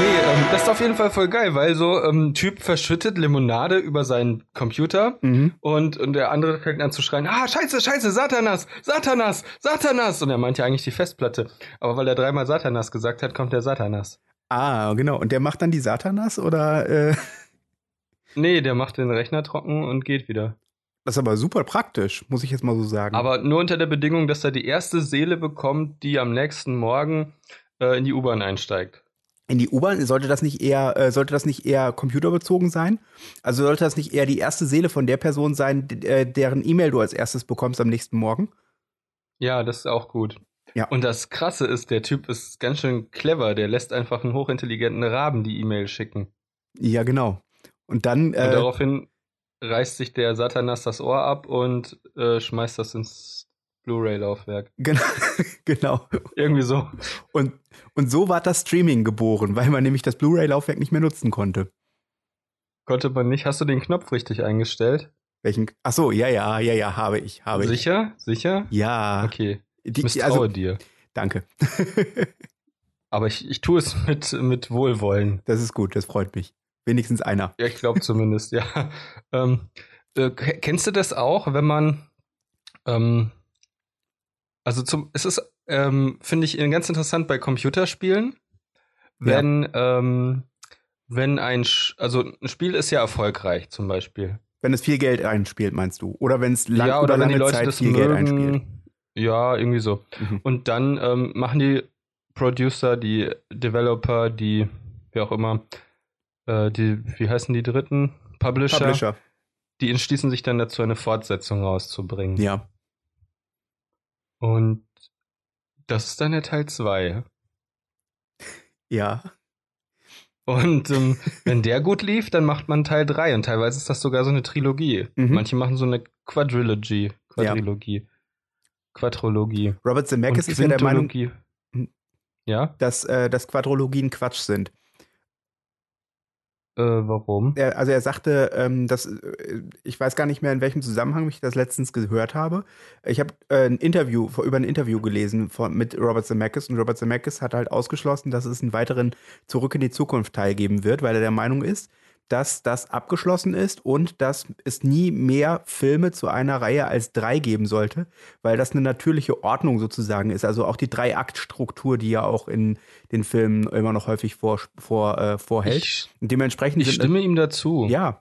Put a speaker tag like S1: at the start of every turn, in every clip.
S1: ähm, Das ist auf jeden Fall voll geil, weil so ähm, Typ verschüttet Limonade über seinen Computer und, und der andere fängt an zu schreien, ah, scheiße, scheiße, Satanas, Satanas, Satanas. Und er meint ja eigentlich die Festplatte. Aber weil er dreimal Satanas gesagt hat, kommt der Satanas.
S2: Ah, genau. Und der macht dann die Satanas oder? Äh,
S1: Nee, der macht den Rechner trocken und geht wieder.
S2: das ist aber super praktisch, muss ich jetzt mal so sagen.
S1: Aber nur unter der Bedingung, dass er die erste Seele bekommt, die am nächsten Morgen äh, in die U-Bahn einsteigt.
S2: in die U-Bahn sollte das nicht eher äh, sollte das nicht eher computerbezogen sein? Also sollte das nicht eher die erste Seele von der Person sein, d- äh, deren E-Mail du als erstes bekommst am nächsten Morgen?
S1: Ja, das ist auch gut.
S2: Ja.
S1: Und das Krasse ist, der Typ ist ganz schön clever. Der lässt einfach einen hochintelligenten Raben die E-Mail schicken.
S2: Ja, genau. Und dann
S1: und
S2: äh,
S1: daraufhin reißt sich der Satanas das Ohr ab und äh, schmeißt das ins Blu-ray-Laufwerk.
S2: genau, genau.
S1: Irgendwie so.
S2: Und und so war das Streaming geboren, weil man nämlich das Blu-ray-Laufwerk nicht mehr nutzen konnte.
S1: Konnte man nicht. Hast du den Knopf richtig eingestellt?
S2: Welchen? Ach so, ja, ja, ja, ja, habe ich, habe ich.
S1: Sicher? Sicher?
S2: Ja.
S1: Okay.
S2: Die,
S1: Ich
S2: die,
S1: misstraue
S2: also,
S1: dir.
S2: danke.
S1: Aber ich, ich tue es mit, mit Wohlwollen.
S2: Das ist gut, das freut mich. Wenigstens einer.
S1: Ja, ich glaube zumindest, ja. Ähm, äh, k- kennst du das auch, wenn man, ähm, also zum, es ist, ähm, finde ich ganz interessant bei Computerspielen, wenn, ähm, wenn ein, Sch also ein Spiel ist ja erfolgreich zum Beispiel.
S2: Wenn es viel Geld einspielt, meinst du? Oder wenn es lang,
S1: ja,
S2: über
S1: oder wenn die
S2: lange
S1: Leute
S2: Zeit
S1: das
S2: viel Geld einspielt.
S1: mögen. Ja, irgendwie so.
S2: Mhm.
S1: Und dann ähm, machen die Producer, die Developer, die, wer auch immer, äh, die, wie heißen die dritten? Publisher.
S2: Publisher.
S1: die entschließen sich dann dazu, eine Fortsetzung rauszubringen.
S2: Ja.
S1: Und das ist dann der Teil 2.
S2: Ja.
S1: Und ähm, wenn der gut lief, dann macht man Teil 3. Und teilweise ist das sogar so eine Trilogie.
S2: Mhm.
S1: Manche machen so eine Quadrilogy. Quadrilogie. Quadrologie.
S2: Robert
S1: Und
S2: Zemeckis ist ja der Meinung,
S1: Quintologie.
S2: Meinung-
S1: Ja?
S2: dass, äh, dass Quadrologien Quatsch sind.
S1: Äh, warum?
S2: Er, also er sagte, ähm, dass äh, ich weiß gar nicht mehr, in welchem Zusammenhang ich das letztens gehört habe. Ich habe äh, ein Interview vor- über ein Interview gelesen von, mit Robert Zemeckis und Robert Zemeckis hat halt ausgeschlossen, dass es einen weiteren Zurück in die Zukunft Teil geben wird, weil er der Meinung ist, dass das abgeschlossen ist und dass es nie mehr Filme zu einer Reihe als drei geben sollte, weil das eine natürliche Ordnung sozusagen ist. Also auch die Drei-Akt-Struktur, die ja auch in den Filmen immer noch häufig vor, vor, äh, vorhält.
S1: Ich,
S2: und dementsprechend
S1: ich stimme ihm dazu.
S2: ja,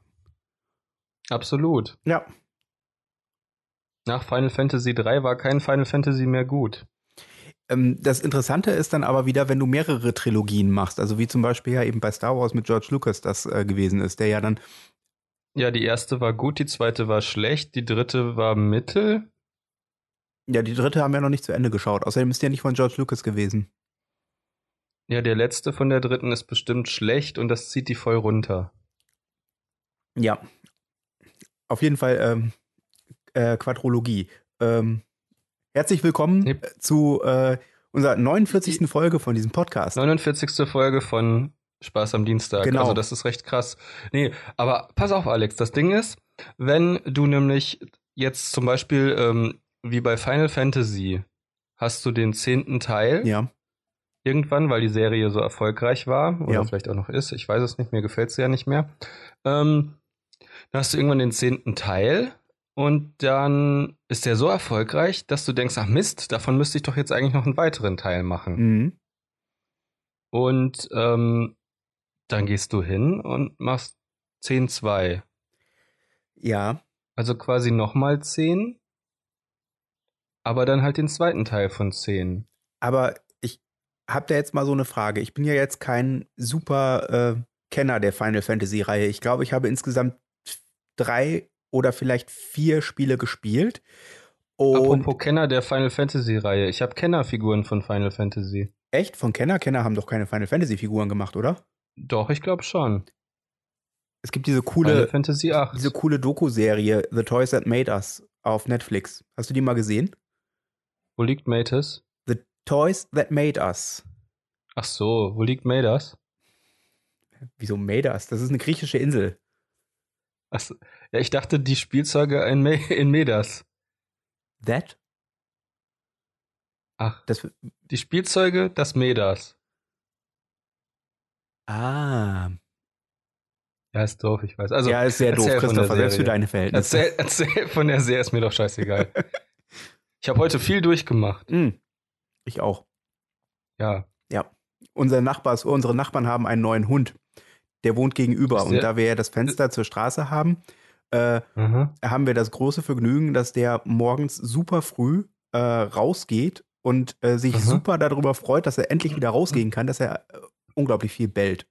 S1: Absolut.
S2: ja.
S1: Nach Final Fantasy 3 war kein Final Fantasy mehr gut.
S2: Ähm, das Interessante ist dann aber wieder, wenn du mehrere Trilogien machst, also wie zum Beispiel ja eben bei Star Wars mit George Lucas das äh, gewesen ist, der ja dann,
S1: Ja, die erste war gut, die zweite war schlecht, die dritte war mittel.
S2: ja, die dritte haben wir noch nicht zu Ende geschaut. Außerdem ist der nicht von George Lucas gewesen.
S1: Ja, der letzte von der dritten ist bestimmt schlecht und das zieht die voll runter.
S2: Ja. Auf jeden Fall ähm, äh, Quadrologie. Ähm, herzlich willkommen
S1: Yep.
S2: äh, zu äh, unserer 49. Folge von diesem Podcast.
S1: 49. Folge von Spaß am Dienstag.
S2: Genau.
S1: Also das ist recht krass. Nee, aber pass auf, Alex, das Ding ist, wenn du nämlich jetzt zum Beispiel ähm, wie bei Final Fantasy hast du den zehnten Teil
S2: Ja,
S1: irgendwann, weil die Serie so erfolgreich war oder
S2: Ja.
S1: vielleicht auch noch ist. Ich weiß es nicht, mir gefällt sie ja nicht mehr. Ähm, dann hast du irgendwann den zehnten Teil und dann ist der so erfolgreich, dass du denkst, ach Mist, davon müsste ich doch jetzt eigentlich noch einen weiteren Teil machen.
S2: mhm.
S1: Und ähm, dann gehst du hin und machst 10, 2.
S2: ja,
S1: Also quasi nochmal 10, aber dann halt den zweiten Teil von 10.
S2: Aber ich habe da jetzt mal so eine Frage. Ich bin ja jetzt kein super äh, Kenner der Final Fantasy Reihe. Ich glaube, ich habe insgesamt drei oder vielleicht vier Spiele gespielt. Und
S1: Apropos Kenner der Final Fantasy Reihe. Ich habe Kennerfiguren von Final Fantasy.
S2: echt von Kenner? Kenner haben doch keine Final Fantasy Figuren gemacht, oder?
S1: Doch, ich glaube schon.
S2: Es gibt diese
S1: Final
S2: coole,
S1: Fantasy 8.
S2: diese coole Doku-Serie The Toys That Made Us auf Netflix. Hast du die mal gesehen?
S1: wo liegt Matis?
S2: The Toys That Made Us.
S1: Ach so, wo liegt Madas?
S2: Wieso Made Us? Das ist eine griechische Insel.
S1: Ach so. Ja, ich dachte, die Spielzeuge in, Ma in Medas.
S2: That?
S1: Ach,
S2: Das,
S1: die Spielzeuge, das Medas.
S2: Ah.
S1: Ja, ist doof, ich weiß. Also,
S2: ja, ist sehr doof,
S1: erzähl von der
S2: Christopher, selbst für
S1: Serie.
S2: deine Verhältnisse.
S1: erzähl, erzähl von der Serie, ist mir doch scheißegal. ich habe heute viel durchgemacht.
S2: Mm. Ich auch.
S1: Ja,
S2: Unser Nachbars, unsere Nachbarn haben einen neuen Hund. Der wohnt gegenüber.
S1: Ist
S2: Und
S1: der-
S2: da wir ja das Fenster zur Straße haben, äh,
S1: mhm.
S2: haben wir das große Vergnügen, dass der morgens super früh äh, rausgeht und äh, sich
S1: Aha.
S2: super darüber freut, dass er endlich wieder rausgehen kann, dass er äh, unglaublich viel bellt.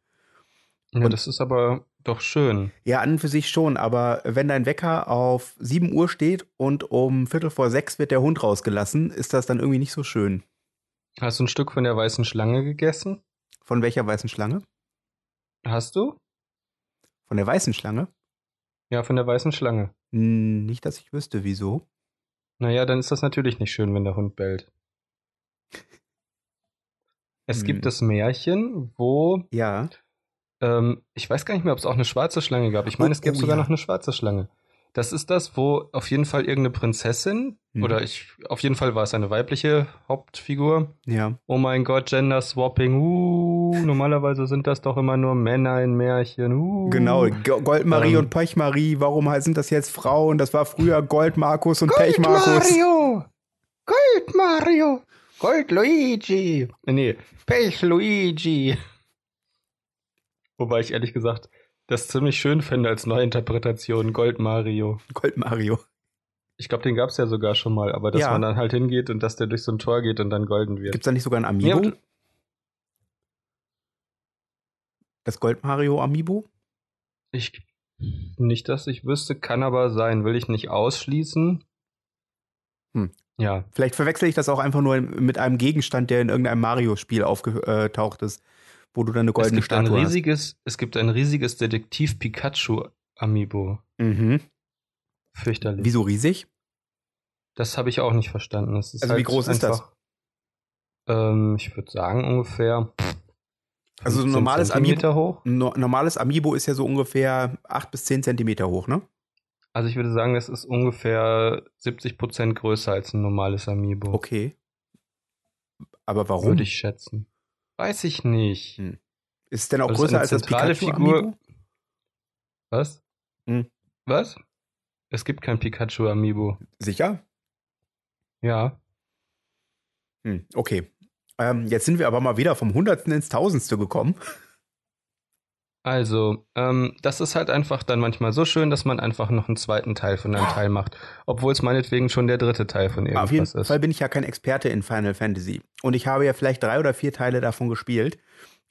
S1: ja
S2: Und-
S1: das ist aber doch schön.
S2: Ja, an und für sich schon, aber wenn dein Wecker auf 7 Uhr steht und um Viertel vor sechs wird der Hund rausgelassen, ist das dann irgendwie nicht so schön.
S1: Hast du ein Stück von der weißen Schlange gegessen?
S2: Von welcher weißen Schlange?
S1: Hast du?
S2: Von der weißen Schlange?
S1: Ja, von der weißen Schlange.
S2: Hm, nicht, dass ich wüsste, wieso.
S1: Naja, dann ist das natürlich nicht schön, wenn der Hund bellt. Es
S2: Hm.
S1: gibt das Märchen, wo,
S2: Ja.
S1: ähm, ich weiß gar nicht mehr, ob es auch eine schwarze Schlange gab. Ich meine,
S2: Oh,
S1: es gäbe
S2: oh
S1: sogar
S2: ja.
S1: noch eine schwarze Schlange. Das ist das, wo auf jeden Fall irgendeine Prinzessin,
S2: Hm.
S1: oder ich, auf jeden Fall war es eine weibliche Hauptfigur.
S2: Ja.
S1: Oh mein Gott, Gender Swapping, uh, normalerweise sind das doch immer nur Männer in Märchen, uh.
S2: Genau, Go- Goldmarie
S1: Ähm.
S2: und Pechmarie, warum he- sind das jetzt Frauen? Das war früher Gold Markus und Pech Markus.
S1: Mario! Gold Mario! Gold Luigi! Nee, Pech Luigi! Wobei ich ehrlich gesagt das ziemlich schön finde als Neuinterpretation, Gold Mario.
S2: Gold Mario.
S1: Ich glaube, den gab es ja sogar schon mal, aber dass
S2: Ja.
S1: man dann halt hingeht und dass der durch so ein Tor geht und dann golden wird.
S2: Gibt es da nicht sogar ein
S1: Ja,
S2: Amiibo?
S1: und-
S2: das Gold Mario Amiibo?
S1: ich, nicht, dass ich wüsste, kann aber sein, will ich nicht ausschließen.
S2: Hm.
S1: Ja,
S2: Vielleicht verwechsel ich das auch einfach nur mit einem Gegenstand, der in irgendeinem Mario-Spiel aufgetaucht ist, wo du dann eine
S1: es
S2: goldene
S1: gibt ein
S2: Statue hast.
S1: riesiges, es gibt ein riesiges Detektiv Pikachu Amiibo.
S2: Mhm.
S1: Fürchterlich.
S2: Wieso riesig?
S1: Das habe ich auch nicht verstanden. Das ist
S2: Also wie
S1: halt
S2: groß ist das?
S1: einfach, Ähm, ich würde sagen ungefähr.
S2: Also so ein
S1: 15
S2: normales
S1: Zentimeter hoch.
S2: Ein no normales Amiibo ist ja so ungefähr 8 bis 10 Zentimeter hoch, ne?
S1: Also ich würde sagen, das ist ungefähr 70 Prozent größer als ein normales Amiibo.
S2: Okay. Aber warum?
S1: Würde ich schätzen. Weiß ich nicht.
S2: Hm. Ist es denn auch
S1: Weil es
S2: größer
S1: eine
S2: als das
S1: zentrale
S2: Pikachu-Amiibo?
S1: Was?
S2: Hm.
S1: Was? Es gibt kein Pikachu Amiibo.
S2: Sicher?
S1: Ja.
S2: Hm, okay. Ähm, jetzt sind wir aber mal wieder vom Hundertsten ins Tausendste gekommen.
S1: Also, ähm, das ist halt einfach dann manchmal so schön, dass man einfach noch einen zweiten Teil von einem Teil macht. Obwohl es meinetwegen schon der dritte Teil von irgendwas
S2: Auf jeden
S1: ist.
S2: Fall bin ich ja kein Experte in Final Fantasy. Und ich habe ja vielleicht drei oder vier Teile davon gespielt.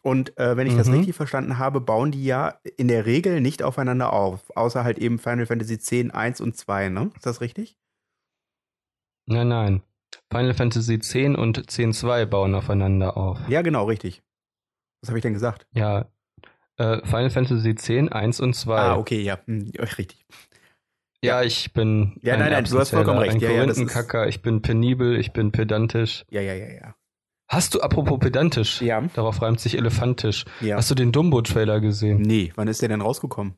S2: Und äh, wenn ich das
S1: Mhm.
S2: richtig verstanden habe, bauen die ja in der Regel nicht aufeinander auf. Außer halt eben Final Fantasy 10, 1 und 2, ne? Ist das richtig?
S1: Nein, nein. Final Fantasy X und X2 bauen aufeinander auf.
S2: Ja, genau, richtig. Was habe ich denn gesagt?
S1: Ja. Äh, Final Fantasy X, 1 und 2.
S2: Ah, okay, ja. Hm, ja, richtig.
S1: Ja, ich bin.
S2: Ja,
S1: ein
S2: nein, nein, du hast
S1: Erbsenzähler,
S2: vollkommen recht.
S1: Ein
S2: Ja, ja, das ist-
S1: Korinthenkacker, ich bin penibel, ich bin pedantisch.
S2: Ja, ja, ja, ja.
S1: Hast du, apropos pedantisch,
S2: Ja.
S1: darauf reimt sich elefantisch.
S2: ja.
S1: Hast du den Dumbo-Trailer gesehen?
S2: Nee, wann ist der denn rausgekommen?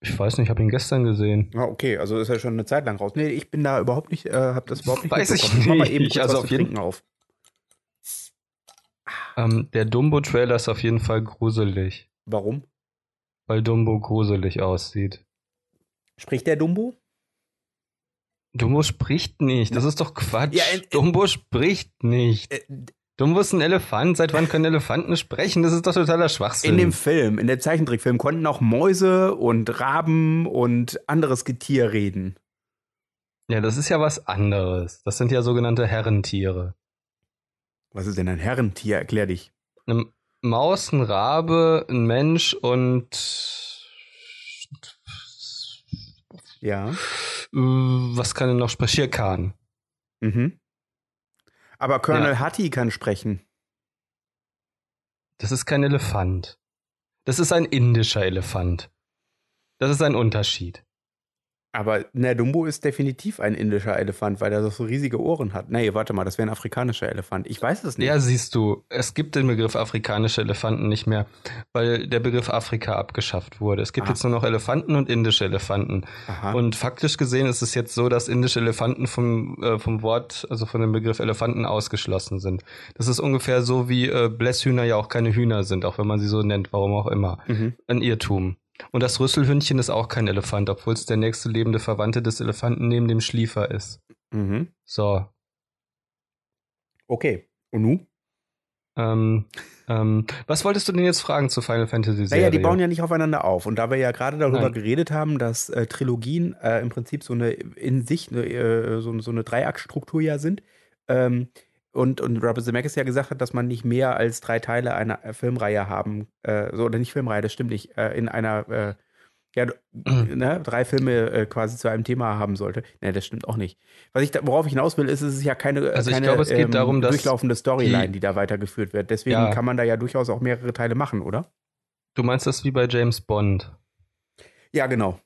S1: Ich weiß nicht, ich habe ihn gestern gesehen.
S2: Ah, okay, also ist er schon eine Zeit lang raus. Nee, ich bin da überhaupt nicht, äh, hab das überhaupt nicht
S1: Weiß ich
S2: mitbekommen. mach mal
S1: nicht.
S2: eben kurz
S1: Also
S2: was
S1: auf
S2: zu
S1: jeden-
S2: trinken auf.
S1: Ähm, der Dumbo-Trailer ist auf jeden Fall gruselig,
S2: Warum?
S1: weil Dumbo gruselig aussieht.
S2: Spricht der Dumbo?
S1: Dumbo spricht nicht, das ist doch Quatsch.
S2: Ja, äh,
S1: Dumbo spricht nicht. Dumbo ist ein Elefant. Seit wann können Elefanten sprechen? Das ist doch totaler Schwachsinn.
S2: In dem Film, in dem Zeichentrickfilm, konnten auch Mäuse und Raben und anderes Getier reden.
S1: ja, das ist ja was anderes. Das sind ja sogenannte Herrentiere.
S2: Was ist denn ein Herrentier? Erklär dich.
S1: Eine Maus, ein Rabe, ein Mensch und
S2: Ja.
S1: äh, was kann denn noch sprechen? Schirkan.
S2: Mhm. Aber Colonel
S1: Ja.
S2: Hattie kann sprechen.
S1: Das ist kein Elefant. Das ist ein indischer Elefant. Das ist ein Unterschied.
S2: Aber na, Dumbo ist definitiv ein indischer Elefant, weil er doch so riesige Ohren hat. Nee, warte mal, das wäre ein afrikanischer Elefant. Ich weiß es nicht.
S1: Ja, siehst du, es gibt den Begriff afrikanische Elefanten nicht mehr, weil der Begriff Afrika abgeschafft wurde. Es gibt
S2: Ah.
S1: jetzt nur noch Elefanten und indische Elefanten.
S2: Aha.
S1: Und faktisch gesehen ist es jetzt so, dass indische Elefanten vom, äh, vom Wort, also von dem Begriff Elefanten ausgeschlossen sind. Das ist ungefähr so, wie äh, Blässhühner ja auch keine Hühner sind, auch wenn man sie so nennt, warum auch immer.
S2: Mhm.
S1: Ein Irrtum. Und das Rüsselhündchen ist auch kein Elefant, obwohl es der nächste lebende Verwandte des Elefanten neben dem Schliefer ist.
S2: Mhm.
S1: So.
S2: Okay. Und nu?
S1: Ähm, ähm, was wolltest du denn jetzt fragen zu Final Fantasy Serie?
S2: Naja, die bauen ja nicht aufeinander auf. Und da wir ja gerade darüber
S1: Nein.
S2: geredet haben, dass äh, Trilogien äh, im Prinzip so eine in sich äh, so, so eine Dreiaktstruktur ja sind. Ähm, und, und Robert Zemeckis ja gesagt hat, dass man nicht mehr als drei Teile einer äh, Filmreihe haben, äh, so oder nicht Filmreihe, das stimmt nicht, äh, in einer äh, ja,
S1: Mhm.
S2: ne, drei Filme äh, quasi zu einem Thema haben sollte. Ne, das stimmt auch nicht. Was ich da, worauf ich hinaus will, ist, es ist ja keine, äh,
S1: Also ich
S2: keine ähm,
S1: glaube, es geht darum, dass
S2: durchlaufende Storyline,
S1: die-
S2: die, da weitergeführt wird. Deswegen
S1: Ja.
S2: kann man da ja durchaus auch mehrere Teile machen, oder?
S1: Du meinst das wie bei James Bond.
S2: Ja, genau.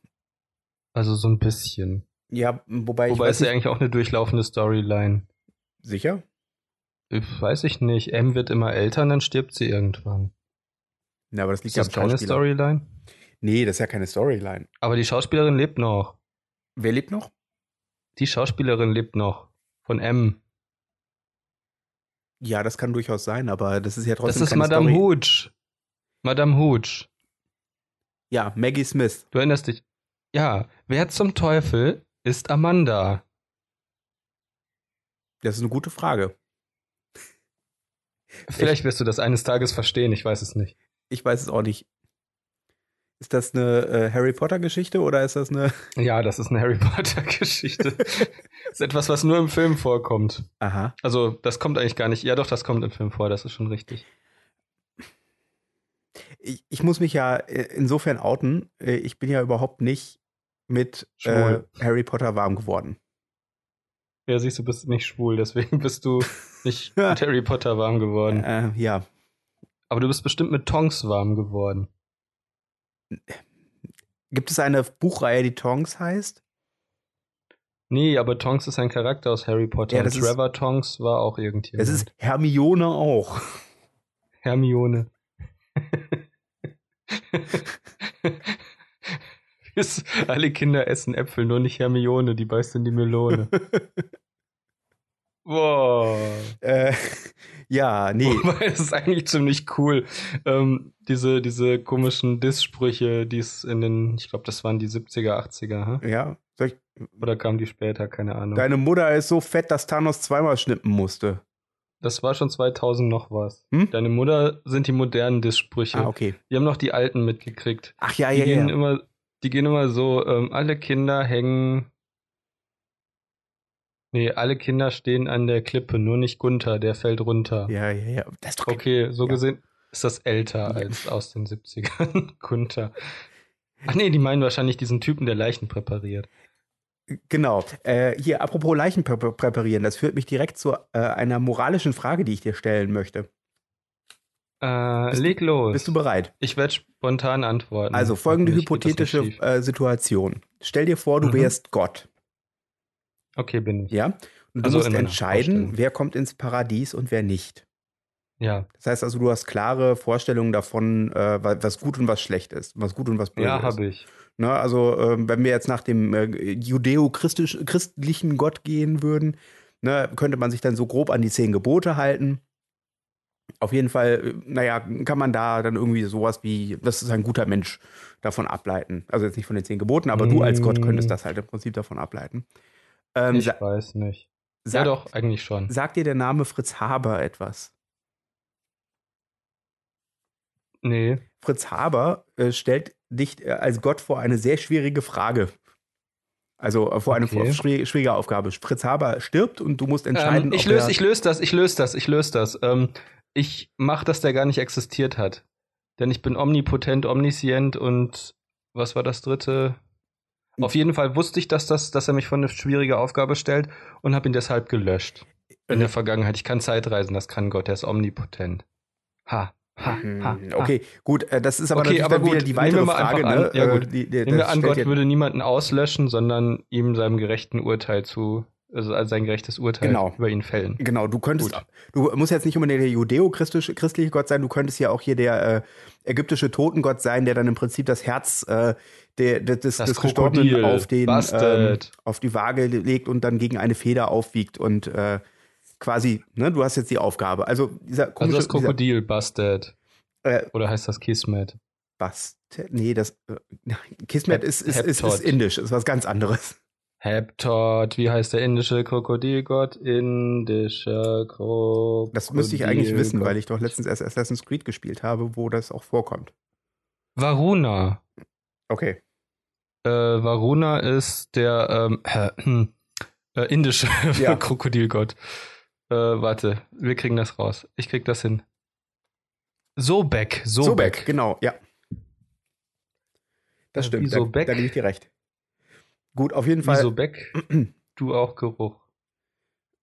S1: Also so ein bisschen.
S2: Ja,
S1: Wobei
S2: wobei, ich
S1: es
S2: weiß
S1: ja
S2: nicht,
S1: eigentlich auch eine durchlaufende Storyline.
S2: sicher.
S1: Ich Äh, weiß ich nicht. M wird immer älter und dann stirbt sie irgendwann.
S2: Na, aber das liegt
S1: Ist
S2: ja
S1: das
S2: am
S1: keine
S2: Schauspieler.
S1: Storyline?
S2: Nee, das ist ja keine Storyline.
S1: Aber die Schauspielerin lebt noch.
S2: Wer lebt noch?
S1: Die Schauspielerin lebt noch. Von M.
S2: Ja, das kann durchaus sein, aber das ist ja
S1: Das
S2: trotzdem
S1: ist
S2: keine
S1: Madame
S2: Story.
S1: Hooch. Madame Hooch.
S2: Ja, Maggie Smith.
S1: Du erinnerst dich. Ja, wer zum Teufel ist Amanda?
S2: Das ist eine gute Frage.
S1: Vielleicht wirst du das eines Tages verstehen, ich weiß es nicht.
S2: Ich weiß es auch nicht. Ist das eine äh, Harry Potter Geschichte oder ist das eine
S1: Ja, das ist eine Harry Potter-Geschichte. ist etwas, was nur im Film vorkommt.
S2: Aha.
S1: Also, das kommt eigentlich gar nicht. Ja, doch, das kommt im Film vor, das ist schon richtig.
S2: Ich, ich muss mich ja äh, insofern outen, äh, ich bin ja überhaupt nicht mit äh,
S1: Schwul.
S2: Harry Potter warm geworden.
S1: Ja, siehst du, bist nicht schwul, deswegen bist du nicht mit Harry Potter warm geworden.
S2: Äh, ja,
S1: Aber du bist bestimmt mit Tonks warm geworden.
S2: gibt es eine Buchreihe, die Tongs heißt?
S1: Nee, aber Tonks ist ein Charakter aus Harry Potter.
S2: Ja,
S1: und
S2: das ist-
S1: Trevor Tonks war auch irgendjemand.
S2: Es ist Hermione auch.
S1: Hermione. Ist- Alle Kinder essen Äpfel, nur nicht Hermione, die beißt in die Melone. Boah.
S2: Äh, ja, nee.
S1: Wobei, das ist eigentlich ziemlich cool. Ähm, diese, diese komischen Diss-Sprüche, die es in den, ich glaube, das waren die 70er, 80er, hä?
S2: Ja, soll ich,
S1: oder kamen die später, keine Ahnung.
S2: deine Mutter ist so fett, dass Thanos zweimal schnippen musste.
S1: das war schon 2000 noch was.
S2: Hm?
S1: Deine Mutter sind die modernen Diss-Sprüche.
S2: Ah, okay.
S1: Die haben noch die alten mitgekriegt.
S2: Ach ja,
S1: Die,
S2: ja,
S1: gehen
S2: ja.
S1: Immer, die gehen immer so, ähm, alle Kinder hängen. Nee, alle Kinder stehen an der Klippe, nur nicht Gunther, der fällt runter.
S2: Ja, ja, ja. Das ist doch
S1: Okay, so
S2: Ja.
S1: gesehen ist das älter als aus den 70ern. Gunther. Ach nee, die meinen wahrscheinlich diesen Typen, der Leichen präpariert.
S2: Genau. Äh, hier, apropos Leichen prä präparieren, das führt mich direkt zu äh, einer moralischen Frage, die ich dir stellen möchte.
S1: Äh,
S2: Bist du-
S1: leg los.
S2: Bist du bereit?
S1: ich werde spontan antworten.
S2: Also folgende
S1: Hoffentlich geht das nicht
S2: hypothetische
S1: schief.
S2: äh, Situation. Stell dir vor, du
S1: Mhm.
S2: wärst Gott,
S1: Okay, bin ich. Ja.
S2: ja? Und du
S1: Also in
S2: musst
S1: meiner
S2: entscheiden,
S1: Vorstellung.
S2: wer kommt ins Paradies und wer nicht. Das heißt also, du hast klare Vorstellungen davon, äh, wa- was gut und was schlecht ist, was gut und was böse
S1: Ja,
S2: ist.
S1: habe ich.
S2: Ne, also ähm, wenn wir jetzt nach dem äh, judeo-christlichen Gott gehen würden, ne, könnte man sich dann so grob an die zehn Gebote halten. Auf jeden Fall, äh, naja, kann man da dann irgendwie sowas wie, das ist ein guter Mensch, davon ableiten. Also jetzt nicht von den zehn Geboten, aber du als Gott
S1: Mm.
S2: könntest das halt im Prinzip davon ableiten. Ähm,
S1: Ich
S2: sa
S1: weiß nicht.
S2: sag,
S1: Ja, doch, eigentlich schon.
S2: Sagt dir der Name Fritz Haber etwas?
S1: Nee.
S2: Fritz Haber äh, stellt dich äh, als Gott vor eine sehr schwierige Frage. Also äh, vor eine
S1: Okay.
S2: vor- schwie- schwierige Aufgabe. Fritz Haber stirbt und du musst
S1: Ähm,
S2: entscheiden,
S1: ich
S2: ob
S1: löse
S2: er,
S1: ich löse das, ich löse das, ich löse das. Ähm, ich mache, dass der gar nicht existiert hat. Denn ich bin omnipotent, omniscient und was war das dritte? Auf jeden Fall wusste ich, dass, das, dass er mich vor eine schwierige Aufgabe stellt und habe ihn deshalb gelöscht. In der Vergangenheit. Ich kann Zeitreisen, das kann Gott, der ist omnipotent. Ha. Ha, ha, ha.
S2: Hm, Okay, gut, äh, das ist aber
S1: Okay,
S2: natürlich
S1: aber
S2: dann
S1: gut,
S2: wieder die
S1: nehmen wir
S2: weitere
S1: mal
S2: Frage.
S1: einfach
S2: Ne?
S1: an. Ja,
S2: Äh,
S1: gut.
S2: die, die,
S1: Nehmen wir
S2: das
S1: an,
S2: stellt
S1: Gott
S2: ja-
S1: würde niemanden auslöschen, sondern ihm seinem gerechten Urteil zu, also sein gerechtes Urteil
S2: Genau.
S1: über ihn fällen.
S2: Genau, du könntest,
S1: Gut.
S2: du musst jetzt nicht unbedingt der judeo-christliche Gott sein, du könntest ja auch hier der äh, ägyptische Totengott sein, der dann im Prinzip das Herz äh, der, der, des,
S1: Das
S2: des Gestorbenen
S1: Krokodil.
S2: auf, den, ähm,
S1: Bastard.
S2: auf die Waage legt und dann gegen eine Feder aufwiegt und äh, quasi, ne, du hast jetzt die Aufgabe. Also dieser
S1: Also
S2: komische
S1: das Krokodil, Bastard.
S2: Dieser, äh,
S1: Oder heißt das Kismet?
S2: Bast nee, das äh, Kismet
S1: Hep-
S2: ist, ist, ist, ist
S1: Heptod.
S2: indisch, ist was ganz anderes.
S1: Heptod, wie heißt der indische Krokodilgott? Indischer Krokodilgott.
S2: Das müsste ich eigentlich wissen, weil ich doch letztens erst Assassin's Creed gespielt habe, wo das auch vorkommt.
S1: Varuna.
S2: Okay.
S1: Äh, Varuna ist der ähm, äh, äh, indische
S2: Ja.
S1: Krokodilgott. Äh, warte, wir kriegen das raus. Ich krieg das hin. Sobek,
S2: Sobek,
S1: Sobek.
S2: genau, ja. Das
S1: Äh,
S2: stimmt,
S1: wie
S2: da,
S1: Sobek?
S2: da gebe ich dir recht. Gut, auf jeden
S1: Wie
S2: Fall,
S1: Sobek, du auch Geruch.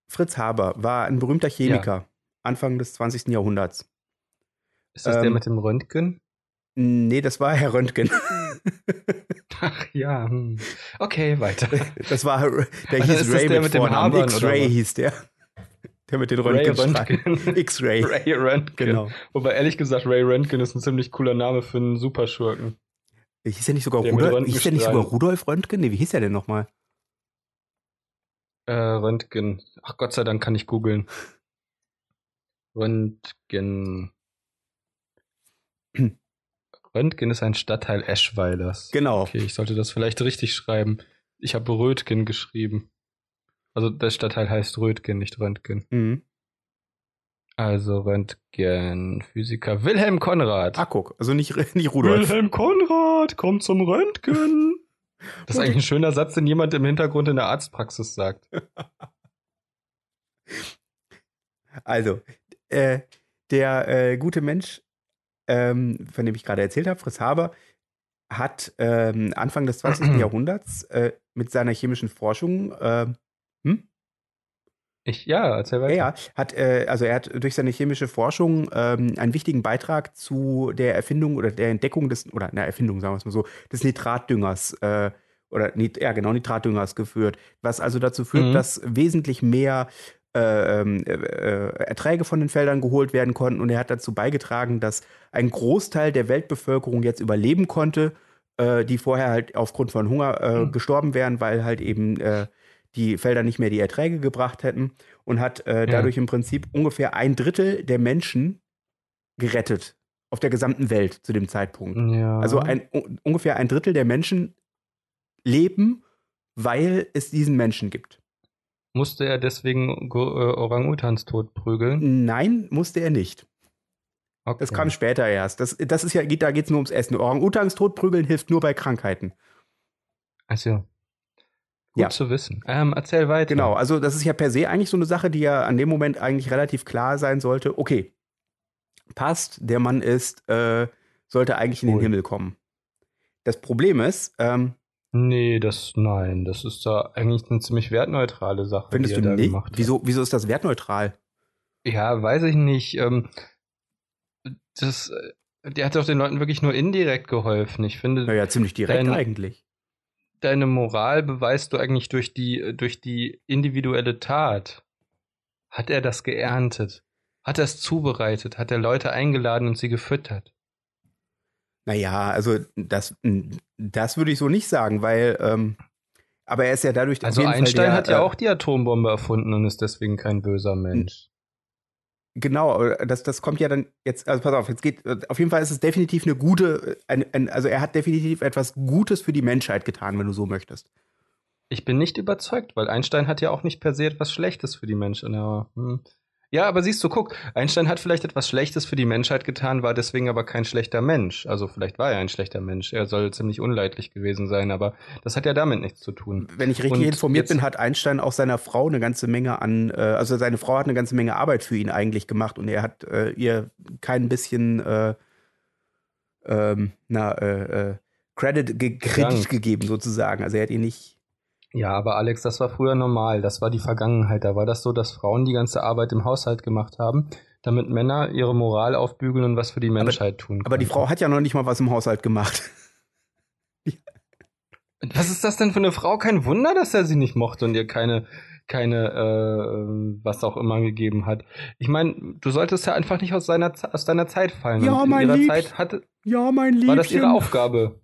S2: Fritz Haber war ein berühmter Chemiker Anfang des 20. Jahrhunderts.
S1: Ist das
S2: Ähm.
S1: der mit dem Röntgen?
S2: Nee, das war Herr Röntgen.
S1: Ach ja. hm. Okay, weiter.
S2: Das war Herr, der
S1: Also ist
S2: hieß
S1: das
S2: Ray
S1: der
S2: mit
S1: mit dem
S2: Vornamen.
S1: Habern, oder
S2: X-Ray
S1: was?
S2: hieß der. Der mit den
S1: Ray
S2: Röntgenstrahlen.
S1: Röntgen.
S2: X-Ray,
S1: Ray Röntgen.
S2: genau.
S1: Wobei ehrlich gesagt, Ray Röntgen ist ein ziemlich cooler Name für einen Superschurken.
S2: Hieß der nicht sogar
S1: Der mit
S2: Rudolf? Hieß der nicht
S1: Röntgenstrahlen.
S2: sogar Rudolf Röntgen? Nee, wie hieß der denn nochmal?
S1: Äh, Röntgen. Ach Gott sei Dank kann ich googeln. Röntgen. Röntgen ist ein Stadtteil Eschweilers.
S2: Genau.
S1: Okay, ich sollte das vielleicht richtig schreiben. Ich habe Rötgen geschrieben. Also der Stadtteil heißt Rötgen, nicht Röntgen.
S2: Mhm.
S1: Also Röntgen, Physiker Wilhelm Konrad.
S2: Ah, guck, also nicht, nicht Rudolf.
S1: Wilhelm Konrad, komm zum Röntgen. Das ist eigentlich ein schöner Satz, den jemand im Hintergrund in der Arztpraxis sagt.
S2: Also, äh, der äh, gute Mensch, ähm, von dem ich gerade erzählt habe, Fritz Haber, hat ähm, Anfang des 20. Jahrhunderts äh, mit seiner chemischen Forschung, äh,
S1: Ich, ja, erzähl
S2: ja,
S1: weiter.
S2: ja, hat, äh, also er hat durch seine chemische Forschung ähm, einen wichtigen Beitrag zu der Erfindung oder der Entdeckung des, oder na, Erfindung, sagen wir es mal so, des Nitratdüngers, äh, oder, Nit- ja, genau, Nitratdüngers geführt, was also dazu führt,
S1: Mhm.
S2: dass wesentlich mehr äh, ähm, äh, äh, Erträge von den Feldern geholt werden konnten. Und er hat dazu beigetragen, dass ein Großteil der Weltbevölkerung jetzt überleben konnte, äh, die vorher halt aufgrund von Hunger äh,
S1: Mhm.
S2: gestorben wären, weil halt eben äh, die Felder nicht mehr die Erträge gebracht hätten. Und hat äh, dadurch im Prinzip ungefähr ein Drittel der Menschen gerettet. Auf der gesamten Welt zu dem Zeitpunkt.
S1: Ja.
S2: Also ein, un- ungefähr ein Drittel der Menschen leben, weil es diesen Menschen gibt.
S1: Musste er deswegen Go- äh, Orang-Utans tot prügeln?
S2: Nein, musste er nicht.
S1: Okay.
S2: Das kam später erst. Das, das ist ja, geht, da geht es nur ums Essen. Orang-Utans totprügeln hilft nur bei Krankheiten.
S1: Also. Gut
S2: Ja.
S1: zu wissen. Ähm, erzähl weiter.
S2: Genau, also das ist ja per se eigentlich so eine Sache, die ja an dem Moment eigentlich relativ klar sein sollte. Okay, passt, der Mann ist, äh, sollte eigentlich in den
S1: Cool.
S2: Himmel kommen. Das Problem ist, ähm,
S1: Nee, das, nein, das ist da eigentlich eine ziemlich wertneutrale Sache,
S2: findest
S1: die
S2: du
S1: er da
S2: nicht?
S1: gemacht hat.
S2: Wieso, wieso ist das wertneutral?
S1: Ja, weiß ich nicht. Ähm, das, äh, der hat doch den Leuten wirklich nur indirekt geholfen. Ich finde,
S2: Naja, ziemlich direkt
S1: Dein-
S2: eigentlich.
S1: deine Moral beweist du eigentlich durch die, äh, durch die individuelle Tat. Hat er das geerntet? Hat er es zubereitet? Hat er Leute eingeladen und sie gefüttert?
S2: Naja, also das, das würde ich so nicht sagen, weil, ähm, aber er ist ja dadurch
S1: Also
S2: jeden Fall
S1: Einstein
S2: der,
S1: hat ja
S2: äh, Hm.
S1: auch die Atombombe erfunden und ist deswegen kein böser Mensch.
S2: Genau, aber das, das kommt ja dann jetzt, also pass auf, jetzt geht, auf jeden Fall ist es definitiv eine gute, ein, ein, also er hat definitiv etwas Gutes für die Menschheit getan, wenn du so möchtest.
S1: Ich bin nicht überzeugt, weil Einstein hat ja auch nicht per se etwas Schlechtes für die Menschen. Ja, hm. ja, aber siehst du, guck, Einstein hat vielleicht etwas Schlechtes für die Menschheit getan, war deswegen aber kein schlechter Mensch. Also vielleicht war er ein schlechter Mensch. Er soll ziemlich unleidlich gewesen sein, aber das hat ja damit nichts zu tun.
S2: Wenn ich richtig
S1: Und
S2: informiert
S1: jetzt-
S2: bin, hat Einstein auch seiner Frau eine ganze Menge an, äh, also seine Frau hat eine ganze Menge Arbeit für ihn eigentlich gemacht und er hat äh, ihr kein bisschen, äh, ähm, na, äh, äh, Credit, ge Kredit
S1: Dank.
S2: gegeben sozusagen. Also er hat ihr nicht,
S1: Ja, aber Alex, das war früher normal. Das war die Vergangenheit. Da war das so, dass Frauen die ganze Arbeit im Haushalt gemacht haben. damit Männer ihre Moral aufbügeln und was für die Menschheit tun können.
S2: Aber die Frau hat ja noch nicht mal was im Haushalt gemacht.
S1: Was ist das denn für eine Frau? Kein Wunder, dass er sie nicht mochte und ihr keine, keine, äh, was auch immer gegeben hat. Ich meine, du solltest ja einfach nicht aus seiner, Ze- aus deiner Zeit fallen.
S2: Ja,
S1: Und in
S2: mein
S1: ihrer
S2: Liebchen.
S1: Zeit hatte,
S2: Ja, mein Liebchen.
S1: war das ihre Aufgabe.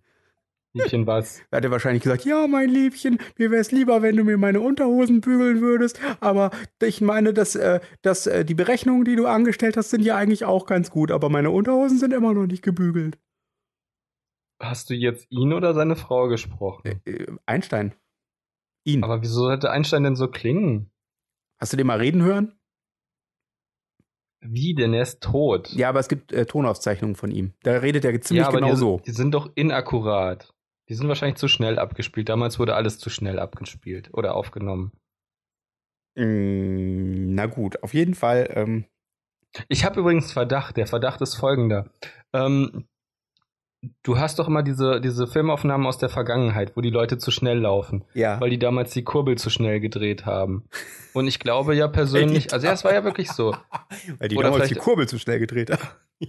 S1: Liebchen was?
S2: Da hat er wahrscheinlich gesagt, ja, mein Liebchen, mir wäre es lieber, wenn du mir meine Unterhosen bügeln würdest, aber ich meine, dass, äh, dass äh, die Berechnungen, die du angestellt hast, sind ja eigentlich auch ganz gut, aber meine Unterhosen sind immer noch nicht gebügelt.
S1: Hast du jetzt ihn oder seine Frau gesprochen?
S2: Äh, Einstein. Ihn.
S1: Aber wieso sollte Einstein denn so klingen?
S2: hast du den mal reden hören?
S1: Wie denn? Er ist tot.
S2: Ja, aber es gibt äh, Tonaufzeichnungen von ihm. Da redet er ziemlich genau
S1: die,
S2: so.
S1: die sind doch inakkurat. Die sind wahrscheinlich zu schnell abgespielt. Damals wurde alles zu schnell abgespielt oder aufgenommen.
S2: Mm, na gut, auf jeden Fall. Ähm,
S1: Ich habe übrigens Verdacht. Der Verdacht ist folgender. Ähm, du hast doch immer diese, diese Filmaufnahmen aus der Vergangenheit, wo die Leute zu schnell laufen,
S2: ja.
S1: weil die damals die Kurbel zu schnell gedreht haben. Und ich glaube ja persönlich, also ja, es war ja wirklich so.
S2: Weil die
S1: Oder
S2: damals die
S1: vielleicht-
S2: Kurbel zu schnell gedreht haben.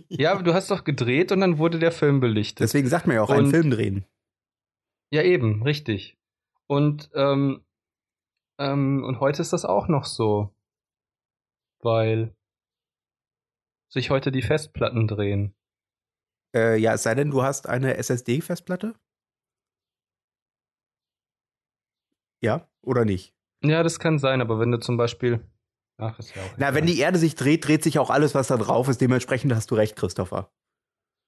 S1: Ja, du hast doch gedreht und dann wurde der Film belichtet.
S2: Deswegen sagt man ja auch, einen
S1: Und-
S2: Film drehen.
S1: Ja, eben, richtig. Und, ähm, ähm, und heute ist das auch noch so. Weil sich heute die Festplatten drehen.
S2: Äh, ja, es sei denn, du hast eine SSD-Festplatte? Ja, oder nicht?
S1: Ja, das kann sein, aber wenn du zum Beispiel. Ach, ist ja auch.
S2: Na,
S1: egal.
S2: wenn die Erde sich dreht, dreht sich auch alles, was da drauf ist. Dementsprechend hast du recht, Christopher.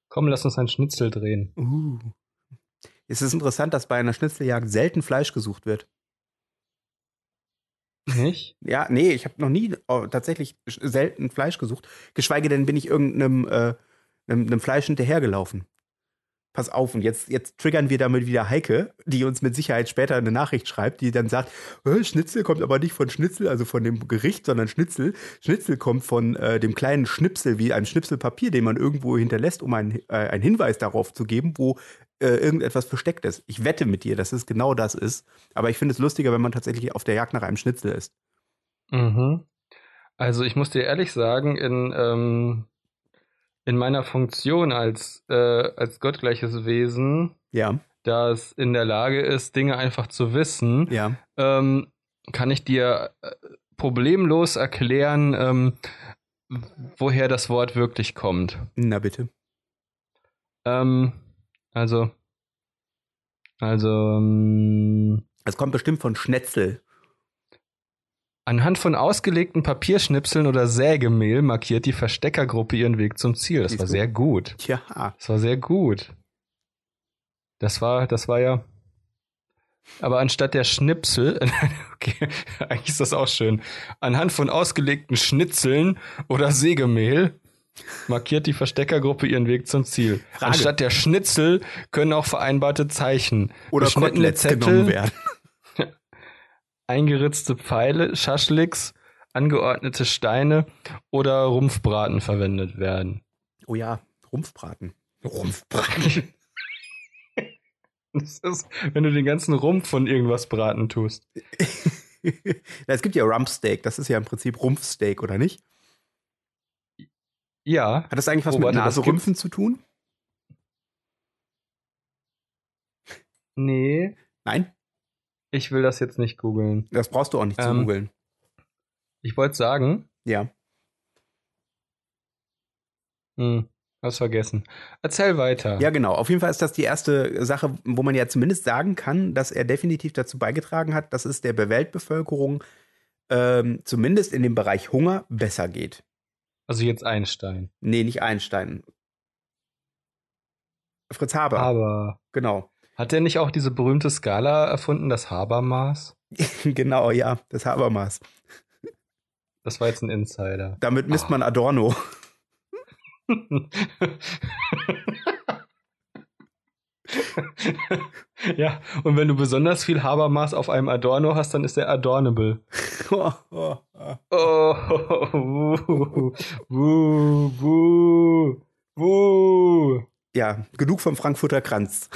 S1: Komm, lass uns ein Schnitzel drehen.
S2: Uh. Es ist interessant, dass bei einer Schnitzeljagd selten Fleisch gesucht wird.
S1: Nicht?
S2: Ja, nee, ich habe noch nie oh, tatsächlich sch- selten Fleisch gesucht. Geschweige denn bin ich irgendeinem äh, einem, einem Fleisch hinterhergelaufen. Pass auf, und jetzt, jetzt triggern wir damit wieder Heike, die uns mit Sicherheit später eine Nachricht schreibt, die dann sagt, "Äh, Schnitzel kommt aber nicht von Schnitzel, also von dem Gericht, sondern Schnitzel. Schnitzel kommt von äh, dem kleinen Schnipsel, wie einem Schnipselpapier, den man irgendwo hinterlässt, um einen, äh, einen Hinweis darauf zu geben, wo äh, irgendetwas versteckt ist. Ich wette mit dir, dass es genau das ist. Aber ich finde es lustiger, wenn man tatsächlich auf der Jagd nach einem Schnitzel ist.
S1: Mhm. Also, ich muss dir ehrlich sagen, in, ähm, in meiner Funktion als, äh, als gottgleiches Wesen,
S2: Ja,
S1: das in der Lage ist, Dinge einfach zu wissen,
S2: ja.
S1: ähm, kann ich dir äh, problemlos erklären, ähm, woher das Wort wirklich kommt.
S2: Na bitte.
S1: Ähm, also, also ähm,
S2: Es kommt bestimmt von Schnetzel.
S1: anhand von ausgelegten Papierschnipseln oder Sägemehl markiert die Versteckergruppe ihren Weg zum Ziel. Das
S2: Siehst
S1: war
S2: du?
S1: sehr gut.
S2: Tja.
S1: Das war sehr gut. Das war, das war ja. Aber anstatt der Schnipsel, okay, eigentlich ist das auch schön. Anhand von ausgelegten Schnitzeln oder Sägemehl markiert die Versteckergruppe ihren Weg zum Ziel.
S2: Frage.
S1: Anstatt der Schnitzel können auch vereinbarte Zeichen,
S2: Oder
S1: beschnittene
S2: Koteletts genommen werden.
S1: eingeritzte Pfeile, Schaschliks, angeordnete Steine oder Rumpfbraten verwendet werden.
S2: Oh ja, Rumpfbraten. Rumpfbraten.
S1: Das ist, wenn du den ganzen Rumpf von irgendwas braten tust.
S2: es gibt ja Rumpsteak, das ist ja im Prinzip Rumpfsteak, oder nicht?
S1: Ja,
S2: Hat das eigentlich was
S1: Oh,
S2: mit
S1: warte, das
S2: Naserümpfen zu tun?
S1: nee,
S2: Nein,
S1: ich will das jetzt nicht googeln.
S2: das brauchst du auch nicht zu
S1: Ähm.
S2: googeln.
S1: Ich wollte sagen,
S2: Ja.
S1: hm, hab's vergessen. Erzähl weiter.
S2: Ja, genau. Auf jeden Fall ist das die erste Sache, wo man ja zumindest sagen kann, dass er definitiv dazu beigetragen hat, dass es der Weltbevölkerung ähm, zumindest in dem Bereich Hunger besser geht.
S1: Also jetzt Einstein.
S2: Nee, nicht Einstein. Fritz Haber,
S1: Aber
S2: genau.
S1: hat er nicht auch diese berühmte Skala erfunden, das Habermas?
S2: genau, ja, das Habermas.
S1: Das war jetzt ein Insider.
S2: Damit misst man Adorno.
S1: ja, und wenn du besonders viel Habermas auf einem Adorno hast, dann ist der Adornable. Oh, wuh, wuh, wuh, wuh.
S2: ja, genug vom Frankfurter Kranz.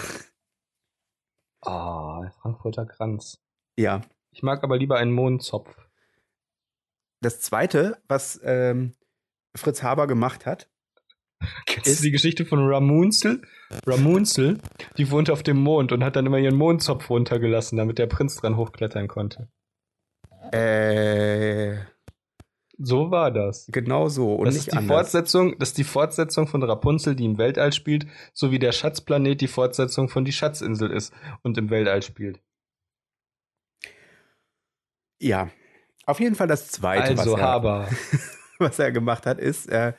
S1: Ah, der Frankfurter Kranz.
S2: Ja.
S1: Ich mag aber lieber einen Mohenzopf.
S2: Das zweite, was ähm, Fritz Haber gemacht hat.
S1: Kennst du die Geschichte von Ramunzel? Ramunzel, die wohnt auf dem Mond und hat dann immer ihren Mondzopf runtergelassen, damit der Prinz dran hochklettern konnte.
S2: Äh,
S1: So war das.
S2: genau so und
S1: Das
S2: nicht
S1: ist, die
S2: anders.
S1: Fortsetzung, das ist die Fortsetzung von Rapunzel, die im Weltall spielt, so wie der Schatzplanet die Fortsetzung von die Schatzinsel ist und im Weltall spielt.
S2: Ja. Auf jeden Fall das zweite,
S1: Also
S2: was, er,
S1: Haber.
S2: was er gemacht hat, ist, äh,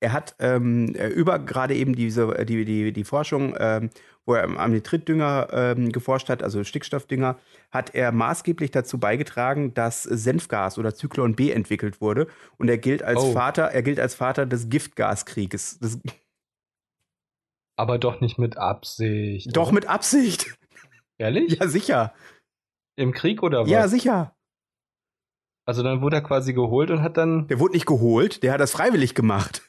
S2: er hat ähm, äh, über gerade eben diese, äh, die, die, die Forschung, ähm, wo er am- am Nitritdünger ähm, geforscht hat, also Stickstoffdünger, hat er maßgeblich dazu beigetragen, dass Senfgas oder Zyklon B entwickelt wurde. Und er gilt als
S1: Oh.
S2: Vater, er gilt als Vater des Giftgaskrieges. Das,
S1: Aber doch nicht mit Absicht.
S2: doch
S1: oder?
S2: mit Absicht.
S1: Ehrlich?
S2: Ja, sicher.
S1: Im Krieg oder was?
S2: Ja, sicher.
S1: Also dann wurde er quasi geholt und hat dann.
S2: Der wurde nicht geholt, der hat das freiwillig gemacht.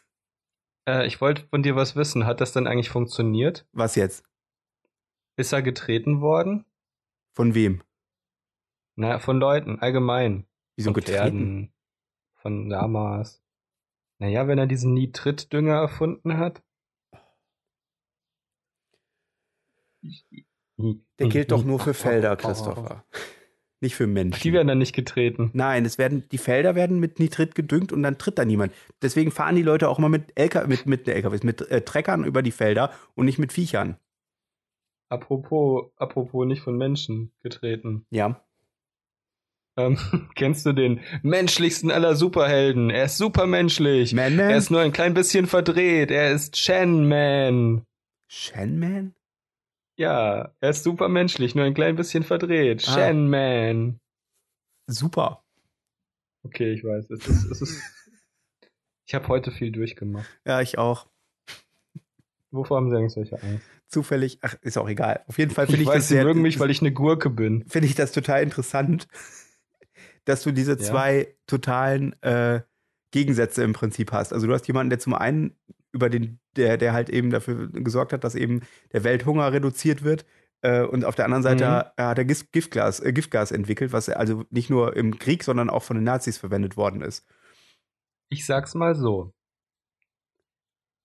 S1: Äh, ich wollte von dir was wissen. Hat das dann eigentlich funktioniert?
S2: Was jetzt?
S1: Ist er getreten worden?
S2: Von wem?
S1: Na, von Leuten, allgemein.
S2: Wieso
S1: von
S2: getreten?
S1: Pferden, Von Lamas. Naja, wenn er diesen Nitritdünger erfunden hat.
S2: Der gilt doch nur für Felder, Christopher. Nicht für
S1: Ach, Die
S2: Menschen.
S1: werden dann nicht getreten.
S2: Nein, es werden, die Felder werden mit Nitrit gedüngt und dann tritt da niemand. Deswegen fahren die Leute auch immer mit, LK, mit, mit LKWs, mit äh, Treckern über die Felder und nicht mit Viechern.
S1: Apropos, apropos nicht von Menschen getreten.
S2: Ja.
S1: Ähm, kennst du den menschlichsten aller Superhelden? Er ist supermenschlich.
S2: Man
S1: Er
S2: Man?
S1: ist nur ein klein bisschen verdreht. Er ist Shenman.
S2: Shen Man?
S1: Ja, er ist supermenschlich, nur ein klein bisschen verdreht.
S2: Ah.
S1: Shenman.
S2: Super.
S1: Okay, ich weiß. Es ist, es ist ich habe heute viel durchgemacht.
S2: Ja, ich auch.
S1: Wovor haben sie eigentlich solche Angst?
S2: Zufällig. Ach, ist auch egal. Auf jeden Fall
S1: Ich,
S2: finde ich,
S1: weiß,
S2: das
S1: sie
S2: sehr.
S1: mögen mich, weil ich eine Gurke bin.
S2: finde ich das total interessant, dass du diese zwei totalen äh, Gegensätze im Prinzip hast. Also du hast jemanden, der zum einen über den, der, der halt eben dafür gesorgt hat, dass eben der Welthunger reduziert wird. Äh, und auf der anderen Seite
S1: Mhm.
S2: äh, hat er Gis- Giftgas, äh, Giftgas entwickelt, was also nicht nur im Krieg, sondern auch von den Nazis verwendet worden ist.
S1: Ich sag's mal so.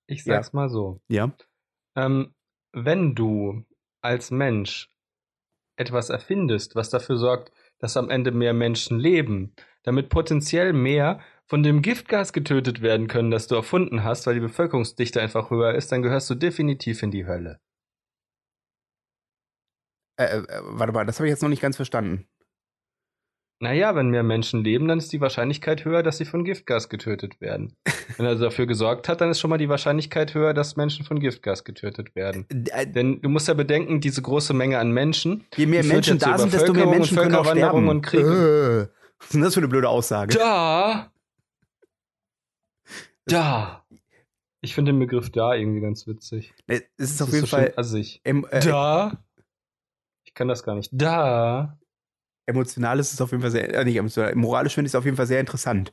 S1: Ich
S2: Ja.
S1: sag's mal so.
S2: Ja.
S1: Ähm, wenn du als Mensch etwas erfindest, was dafür sorgt, dass am Ende mehr Menschen leben, damit potenziell mehr von dem Giftgas getötet werden können, das du erfunden hast, weil die Bevölkerungsdichte einfach höher ist, dann gehörst du definitiv in die Hölle.
S2: Äh, äh, warte mal, das habe ich jetzt noch nicht ganz verstanden.
S1: Naja, wenn mehr Menschen leben, dann ist die Wahrscheinlichkeit höher, dass sie von Giftgas getötet werden. Wenn er also dafür gesorgt hat, dann ist schon mal die Wahrscheinlichkeit höher, dass Menschen von Giftgas getötet werden.
S2: Äh,
S1: Denn du musst ja bedenken, diese große Menge an Menschen,
S2: Je mehr
S1: Die führt
S2: Menschen
S1: ja zur
S2: da sind, desto mehr
S1: Übervölkerung
S2: Menschen
S1: und
S2: können auch
S1: Völkerwanderung
S2: sterben.
S1: und Kriegen.
S2: Äh, was ist denn das für eine blöde Aussage?
S1: Da. Da. Ich finde den Begriff da irgendwie ganz witzig.
S2: Äh, Es ist
S1: Das
S2: auf jeden
S1: so
S2: Fall
S1: schön Assig.
S2: em, äh,
S1: da. Ich kann das gar nicht. Da.
S2: emotional ist es auf jeden Fall sehr, äh, nicht emotional, moralisch finde ich es auf jeden Fall sehr interessant,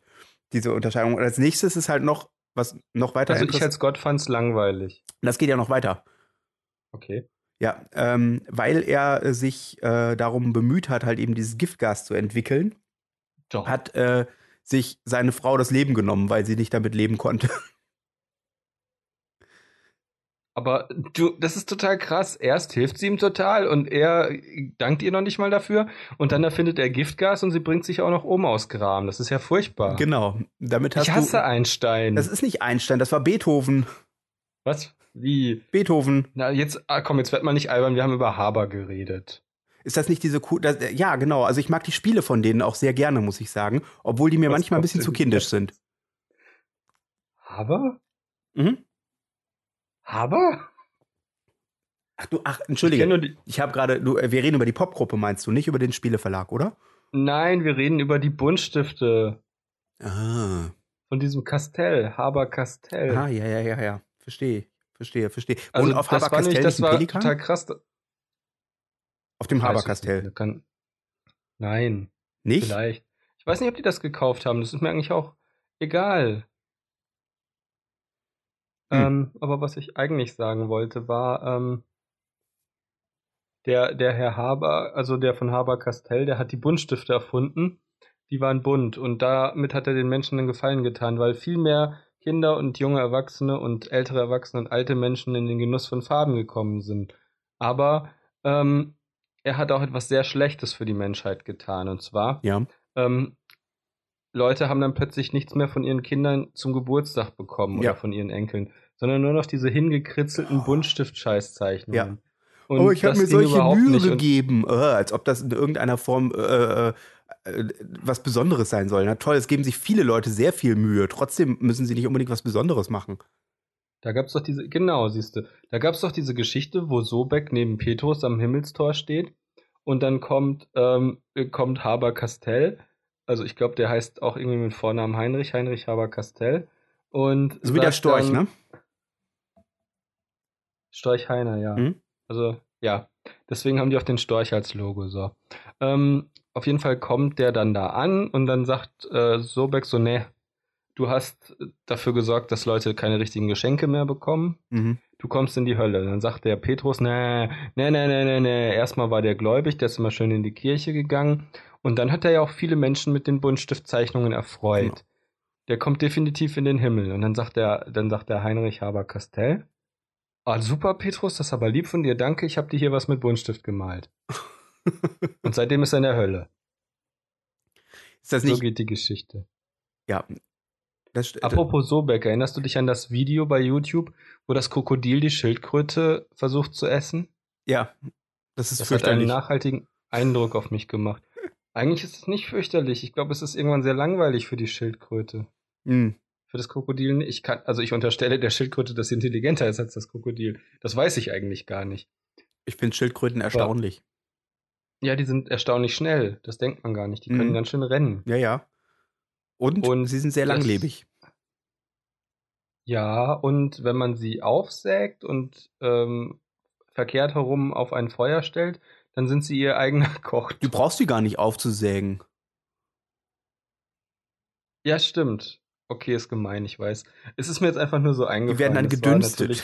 S2: diese Unterscheidung. Und als nächstes ist halt noch, was noch weiter
S1: Also ich
S2: interess-
S1: als Gott fand's langweilig.
S2: das geht ja noch weiter.
S1: Okay.
S2: Ja, ähm, weil er äh, sich äh, darum bemüht hat, halt eben dieses Giftgas zu entwickeln,
S1: Doch.
S2: hat äh, sich seine Frau das Leben genommen, weil sie nicht damit leben konnte.
S1: Aber du, das ist total krass. Erst hilft sie ihm total und er dankt ihr noch nicht mal dafür. Und dann erfindet er Giftgas und sie bringt sich auch noch um aus Gram. Das ist ja furchtbar.
S2: Genau. Damit hast
S1: Ich hasse
S2: du.
S1: Einstein.
S2: Das ist nicht Einstein, das war Beethoven.
S1: Was? Wie?
S2: Beethoven.
S1: Na, jetzt, ah, komm, jetzt werd mal nicht albern. Wir haben über Haber geredet.
S2: Ist das nicht diese cool? Das, ja, genau. Also ich mag die Spiele von denen auch sehr gerne, muss ich sagen, obwohl die mir
S1: Was
S2: manchmal ein
S1: kommt
S2: bisschen zu
S1: denn
S2: kindisch
S1: jetzt?
S2: sind.
S1: Haber?
S2: Mhm.
S1: Haber?
S2: Ach du, ach,
S1: Ich kenn
S2: entschuldige.
S1: nur die
S2: Ich habe gerade, du, äh, wir reden über die Popgruppe, meinst du, nicht über den Spieleverlag, oder?
S1: Nein, wir reden über die Buntstifte
S2: Ah.
S1: von diesem Kastell, Haber Kastell.
S2: Ah, ja, ja, ja, ja. Verstehe, verstehe, verstehe.
S1: also
S2: Und auf
S1: das war
S2: Haberkastell
S1: nicht,
S2: nicht
S1: das
S2: ein
S1: war
S2: Pelikan?
S1: total krass.
S2: auf dem Haberkastell.
S1: Ich Kann, nein,
S2: Nicht?
S1: vielleicht. Ich weiß nicht, ob die das gekauft haben. Das ist mir eigentlich auch egal. Ähm, aber was ich eigentlich sagen wollte, war, ähm, der, der Herr Haber, also der von Haber Castell, der hat die Buntstifte erfunden. Die waren bunt und damit hat er den Menschen einen Gefallen getan, weil viel mehr Kinder und junge Erwachsene und ältere Erwachsene und alte Menschen in den Genuss von Farben gekommen sind. Aber ähm, er hat auch etwas sehr Schlechtes für die Menschheit getan. Und zwar,
S2: Ja.
S1: ähm, Leute haben dann plötzlich nichts mehr von ihren Kindern zum Geburtstag bekommen
S2: Ja. Oh.
S1: oder von ihren Enkeln, sondern nur noch diese hingekritzelten Buntstift-Scheißzeichnungen.
S2: Ja.
S1: Und
S2: oh, ich habe
S1: das
S2: mir
S1: ging
S2: solche
S1: überhaupt
S2: Mühe
S1: nicht. Und
S2: gegeben. Äh, als ob das in irgendeiner Form äh, äh, äh, was Besonderes sein soll. Na toll, es geben sich viele Leute sehr viel Mühe. Trotzdem müssen sie nicht unbedingt was Besonderes machen.
S1: Da gab's doch diese, genau, siehste, da gab's doch diese Geschichte, wo Sobeck neben Petrus am Himmelstor steht und dann kommt, ähm, kommt Haber Castell, also ich glaube, der heißt auch irgendwie mit Vornamen Heinrich, Heinrich Haber Castell und
S2: So wie der
S1: sagt
S2: Storch,
S1: dann-
S2: ne?
S1: Storch Heiner, ja.
S2: Mhm.
S1: Also, ja. Deswegen haben die auch den Storch als Logo, so. Ähm, auf jeden Fall kommt der dann da an und dann sagt äh, Sobeck so, nee, du hast dafür gesorgt, dass Leute keine richtigen Geschenke mehr bekommen.
S2: Mhm.
S1: Du kommst in die Hölle. Dann sagt der Petrus, nee, nee, nee, nee, nee, nee. Erstmal war der gläubig, der ist immer schön in die Kirche gegangen. Und dann hat er ja auch viele Menschen mit den Buntstiftzeichnungen erfreut.
S2: Genau.
S1: Der kommt definitiv in den Himmel. Und dann sagt der, dann sagt der Heinrich Haber Castell, ah, super, Petrus, das ist aber lieb von dir, danke, ich habe dir hier was mit Buntstift gemalt. Und seitdem ist er in der Hölle.
S2: Ist das
S1: So
S2: nicht.
S1: geht die Geschichte.
S2: Ja. Das, st-
S1: Apropos Sobeck, erinnerst du dich an das Video bei YouTube, wo das Krokodil die Schildkröte versucht zu essen?
S2: ja. Das ist
S1: Das hat einen
S2: fürchterlich.
S1: nachhaltigen Eindruck auf mich gemacht. Eigentlich ist es nicht fürchterlich. Ich glaube, es ist irgendwann sehr langweilig für die Schildkröte.
S2: Mhm.
S1: Für das Krokodil nicht. Ich kann, also ich unterstelle der Schildkröte, dass sie intelligenter ist als das Krokodil. Das weiß ich eigentlich gar nicht.
S2: Ich finde Schildkröten erstaunlich.
S1: Ja, die sind erstaunlich schnell. Das denkt man gar nicht. Die können
S2: Mhm.
S1: ganz schön rennen.
S2: Ja, ja. Und,
S1: Und
S2: sie sind sehr
S1: das-
S2: langlebig.
S1: Ja, und wenn man sie aufsägt und ähm, verkehrt herum auf ein Feuer stellt, dann sind sie ihr eigener Koch.
S2: Du brauchst die gar nicht aufzusägen.
S1: Ja, stimmt. Okay, ist gemein, ich weiß. Es ist mir jetzt einfach nur so eingefallen.
S2: Die werden dann
S1: Das war
S2: gedünstet.
S1: natürlich-